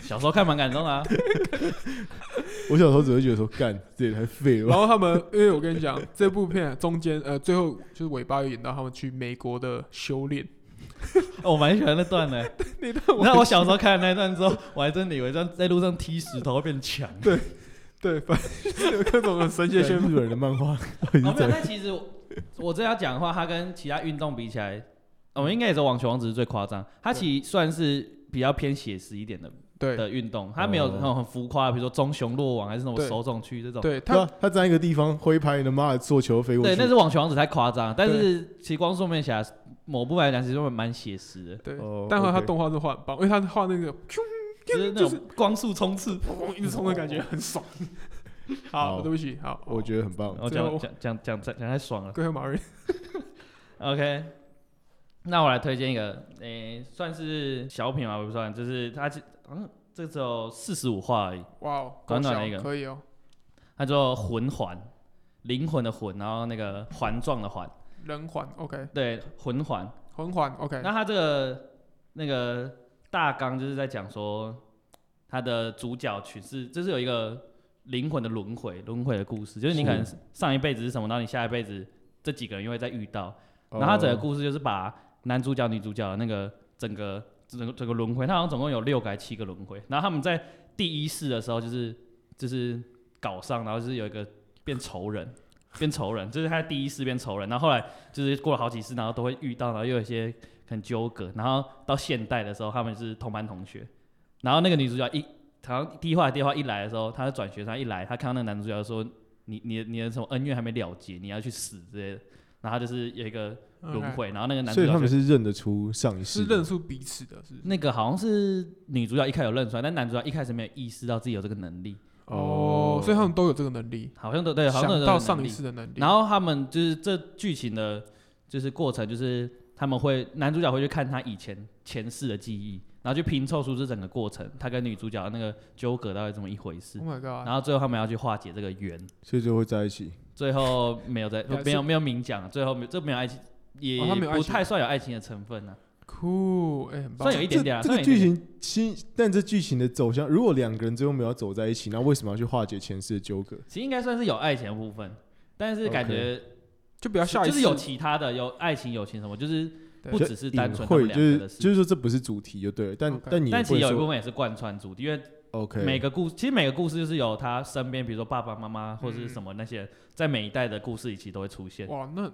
Speaker 3: 小时候看蛮感动的啊，
Speaker 2: 我小时候只会觉得说， 干这也太废 了吧。
Speaker 1: 然后他们，因为我跟你讲，这部片中间呃，最后就是尾巴有演到他们去美国的修炼，
Speaker 3: 哦我蛮喜欢那 段的。
Speaker 1: 那 段
Speaker 3: 那我小时候看了那段之后，我还真的以为这样在路上踢石头会变强。
Speaker 1: 对， 反正就是有各种的神仙宣
Speaker 2: 日本人的漫画到底是
Speaker 3: 哦，没有，
Speaker 2: 怎样？
Speaker 3: 但其实我我这要讲的话，它跟其他运动比起来，我们应该也是网球王子是最夸张，它其实算是比较偏写实一点的
Speaker 1: 对
Speaker 3: 的运动，它没有
Speaker 2: 哦
Speaker 3: 那种很浮夸，比如说棕熊落网还是那种
Speaker 1: 对
Speaker 3: 手冢区这种。
Speaker 1: 对，
Speaker 2: 对
Speaker 1: 他
Speaker 2: 啊，他站一个地方挥拍，你的妈的，做球飞过
Speaker 3: 对，
Speaker 2: 去。
Speaker 3: 那是网球王子太夸张，但是其实光素面侠某部分来讲，其实蛮写实的，
Speaker 1: 对，
Speaker 2: 哦
Speaker 1: 但后来他
Speaker 2: OK
Speaker 1: 动画是画很棒，因为他画那个咻
Speaker 3: 就是那种光速冲刺。
Speaker 1: 砰一直冲的感觉很爽。
Speaker 2: 好
Speaker 1: 好，对不起，好，
Speaker 2: 我觉得很棒。
Speaker 3: 我
Speaker 1: 这个
Speaker 3: 哦讲
Speaker 1: 我
Speaker 3: 讲讲讲讲太爽了。
Speaker 1: 各位马瑞，
Speaker 3: OK，那我来推荐一个，诶、算是小品吧，我不算，就是它其，嗯，这只有四十五话而已，
Speaker 1: 哇哦，
Speaker 3: 短短
Speaker 1: 够小
Speaker 3: 的一个
Speaker 1: 可以哦，
Speaker 3: 它叫魂环，灵魂的魂，然后那个环状的环，
Speaker 1: 人环 OK，
Speaker 3: 对，魂环。
Speaker 1: 魂环 OK，
Speaker 3: 那它这个那个大纲就是在讲说，它的主角群是，这是有一个灵魂的轮回，轮回的故事，就是你可能上一辈子是什么，然后你下一辈子这几个人又会再遇到，
Speaker 2: 哦
Speaker 3: 然后他整个故事就是把男主角、女主角的那个整个整个整个轮回，他好像总共有六个还七个轮回。然后他们在第一世的时候，就是就是搞上，然后就是有一个变仇人，变仇人，就是他第一世变仇人。然后后来就是过了好几世，然后都会遇到，然后又有一些很纠葛。然后到现代的时候，他们是同班同学。然后那个女主角一，好像第一话、第二话一来的时候，她是转学生，她一来，她看到那个男主角就说：“你、你、你的什么恩怨还没了结，你要去死之类的。”然后她就是有一个轮
Speaker 1: OK
Speaker 3: 回，然后那个男主
Speaker 2: 所以他
Speaker 3: 角
Speaker 2: 们
Speaker 3: 就是
Speaker 2: 认得出上一世
Speaker 1: 是
Speaker 2: 的，
Speaker 1: 认出彼此的，是不是
Speaker 3: 那个好像是女主角一开始有认出来，但男主角一开始没有意识到自己有这个能力，
Speaker 1: 哦，所以他们都有这个能力，
Speaker 3: 好像都对，好像都
Speaker 1: 想
Speaker 3: 有这个
Speaker 1: 到
Speaker 3: 能
Speaker 1: 上一
Speaker 3: 力
Speaker 1: 世的能力，
Speaker 3: 然后他们就是这剧情的，就是过程，就是他们会男主角会去看他以前前世的记忆，然后去拼凑出这整个过程，他跟女主角的那个纠葛到底怎么一回事
Speaker 1: Oh，my，Oh God，
Speaker 3: 然后最后他们要去化解这个缘，
Speaker 2: 所以就会在一起。
Speaker 3: 最后没 有在
Speaker 1: 啊还是
Speaker 3: 没有没有明讲，最后没有这没有爱情，也
Speaker 1: 哦他没有爱
Speaker 3: 不
Speaker 1: 情
Speaker 3: 太算有爱情的成分啊呢、
Speaker 1: 酷，哎，很棒
Speaker 3: 算，有一点点啊，
Speaker 2: 这这
Speaker 3: 算
Speaker 2: 个
Speaker 3: 有一
Speaker 2: 剧
Speaker 3: 点点
Speaker 2: 情新，但这剧情的走向，如果两个人最后没有走在一起，那为什么要去化解前世的纠葛？
Speaker 3: 其实应该算是有爱情的部分，但是感
Speaker 2: OK
Speaker 3: 觉。
Speaker 1: 就比较下一
Speaker 3: 就
Speaker 1: 世
Speaker 3: 是有其他的，有爱情、友情什么，就是
Speaker 1: 对
Speaker 3: 不只是单纯
Speaker 2: 隐
Speaker 3: 他们
Speaker 2: 晦
Speaker 3: 两
Speaker 2: 就
Speaker 3: 个
Speaker 2: 是
Speaker 3: 的事。
Speaker 2: 就是说这不是主题就对了，但
Speaker 1: OK
Speaker 2: 但你也
Speaker 3: 但
Speaker 2: 不
Speaker 3: 其实
Speaker 2: 能
Speaker 3: 有一部
Speaker 2: 说
Speaker 3: 分也是贯穿主题，因为
Speaker 2: OK
Speaker 3: 每个故其实每个故事就是有他身边，比如说爸爸妈妈或者是
Speaker 1: 嗯
Speaker 3: 什么那些，在每一代的故事里其实都会出现。
Speaker 1: 哇，那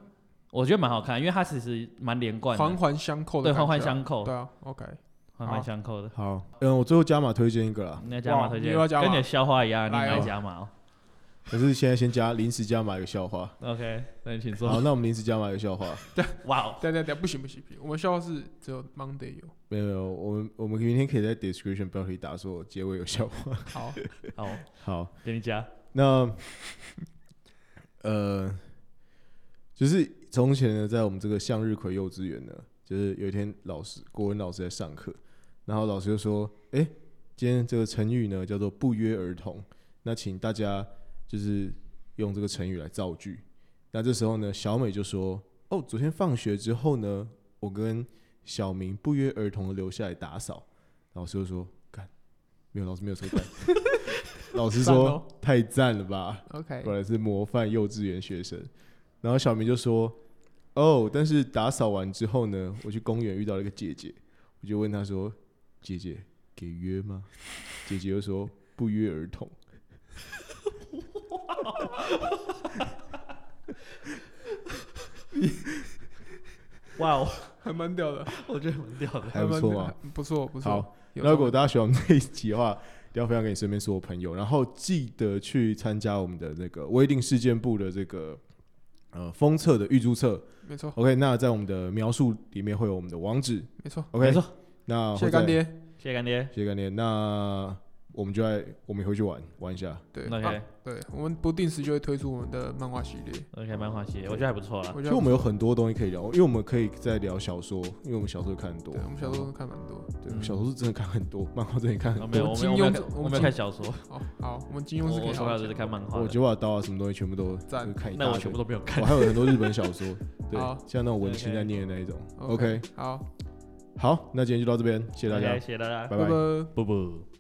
Speaker 3: 我觉得蛮好看，因为它其实蛮连贯
Speaker 1: 环
Speaker 3: 的，
Speaker 1: 环相扣的，
Speaker 3: 对，环环，相扣，
Speaker 1: 对啊，OK，
Speaker 3: 环环相扣的。
Speaker 2: 好，嗯，我最后加码推荐一个啦，
Speaker 3: 你要加码
Speaker 1: 哇
Speaker 3: 推
Speaker 1: 你
Speaker 3: 荐，
Speaker 1: 又要加码
Speaker 3: 跟你的笑话一样，你
Speaker 1: 来
Speaker 3: 也
Speaker 1: 哦
Speaker 3: 要加码哦。
Speaker 2: 可是现在先加临时加码一个笑话。
Speaker 3: OK，那你请
Speaker 2: 好，
Speaker 3: 说。
Speaker 2: 那我们临时加码一个笑话。
Speaker 3: 哇哦，
Speaker 1: 等等等，不行不行不行，我们笑话是只有 Monday 有，
Speaker 2: 没有没有，我们我们明天可以在 description 标题打说结尾有笑话。
Speaker 1: 好，
Speaker 3: 好，
Speaker 2: 好，
Speaker 3: 给你加。
Speaker 2: 那呃，就是从前呢，在我们这个向日葵幼稚园呢，就是有一天老师国文老师在上课，然后老师就说：“哎、今天这个成语呢叫做不约而同，那请大家就是用这个成语来造句。”那这时候呢，小美就说：“哦，昨天放学之后呢，我跟小明不约而同的留下来打扫。”老师就说：“干，没有老师没有说干。”老师
Speaker 1: 赞
Speaker 2: 说：“
Speaker 1: 哦
Speaker 2: 太赞了吧！
Speaker 1: ，OK，
Speaker 2: 果然是模范幼稚园学生。然后小明就说：“哦，但是打扫完之后呢，我去公园遇到了一个姐姐，我就问她说：‘姐姐，给约吗？’姐姐又说：‘不约而同。
Speaker 3: 哇哦，
Speaker 1: 还蛮屌的，
Speaker 3: 我觉得蛮屌的’，。
Speaker 2: 还不
Speaker 1: 蛮
Speaker 2: 错嘛。，
Speaker 1: 不错不错，
Speaker 2: 好
Speaker 1: 有
Speaker 2: 那如
Speaker 1: 这
Speaker 2: 果
Speaker 1: 种
Speaker 2: 大家喜欢我们这一集的话，一定要分享给你身边所有朋友，然后记得去参加我们的那个微定事件部的这个呃封测的预注册。
Speaker 1: 没错
Speaker 2: OK，那在我们的描述里面会有我们的网址。
Speaker 1: 没错，
Speaker 2: OK，
Speaker 3: 没错
Speaker 2: 那
Speaker 1: 谢谢
Speaker 2: 会在
Speaker 1: 干爹，
Speaker 3: 谢谢干爹。
Speaker 2: 谢谢干爹。那我们就来，我们也会去玩玩一下。
Speaker 1: 对
Speaker 3: OK
Speaker 1: 啊对，我们不定时就会推出我们的漫画系列，
Speaker 3: OK，蛮欢喜，我觉得还不错啦。
Speaker 1: 我觉
Speaker 2: 其实
Speaker 1: 得
Speaker 2: 我们有很多东西可以聊，因为我们可以再聊小说，因为我们小说看很多
Speaker 1: 对，我，们小时候看蛮多，
Speaker 2: 对，
Speaker 3: 嗯
Speaker 2: 小说是真的看很多，漫画真的看
Speaker 3: 哦
Speaker 2: 很
Speaker 3: 没有，
Speaker 2: 多。
Speaker 3: 我
Speaker 1: 金
Speaker 3: 没有，我没有
Speaker 1: 庸
Speaker 3: 看
Speaker 1: 我们
Speaker 3: 我没有
Speaker 1: 金
Speaker 3: 看小说，
Speaker 1: 哦，好，我们金
Speaker 3: 我
Speaker 1: 庸是可
Speaker 3: 我
Speaker 1: 以
Speaker 3: 从
Speaker 1: 好
Speaker 3: 小
Speaker 1: 好
Speaker 3: 就是
Speaker 1: 讲
Speaker 3: 看漫画的。
Speaker 2: 我九把刀啊，什么东西全部都
Speaker 1: 赞
Speaker 2: 就是看一大
Speaker 3: 那
Speaker 2: 堆。
Speaker 3: 我全部都没有看
Speaker 2: 我。还有很多日本小 说，对
Speaker 1: 好，
Speaker 2: 像那种文青在念的那一种。OK，
Speaker 1: 好，
Speaker 2: 好，那今天就到这边，谢谢大家
Speaker 3: ，OK，，谢谢大家，
Speaker 2: 拜
Speaker 1: 拜
Speaker 2: 拜。
Speaker 1: 拜。
Speaker 3: 不不。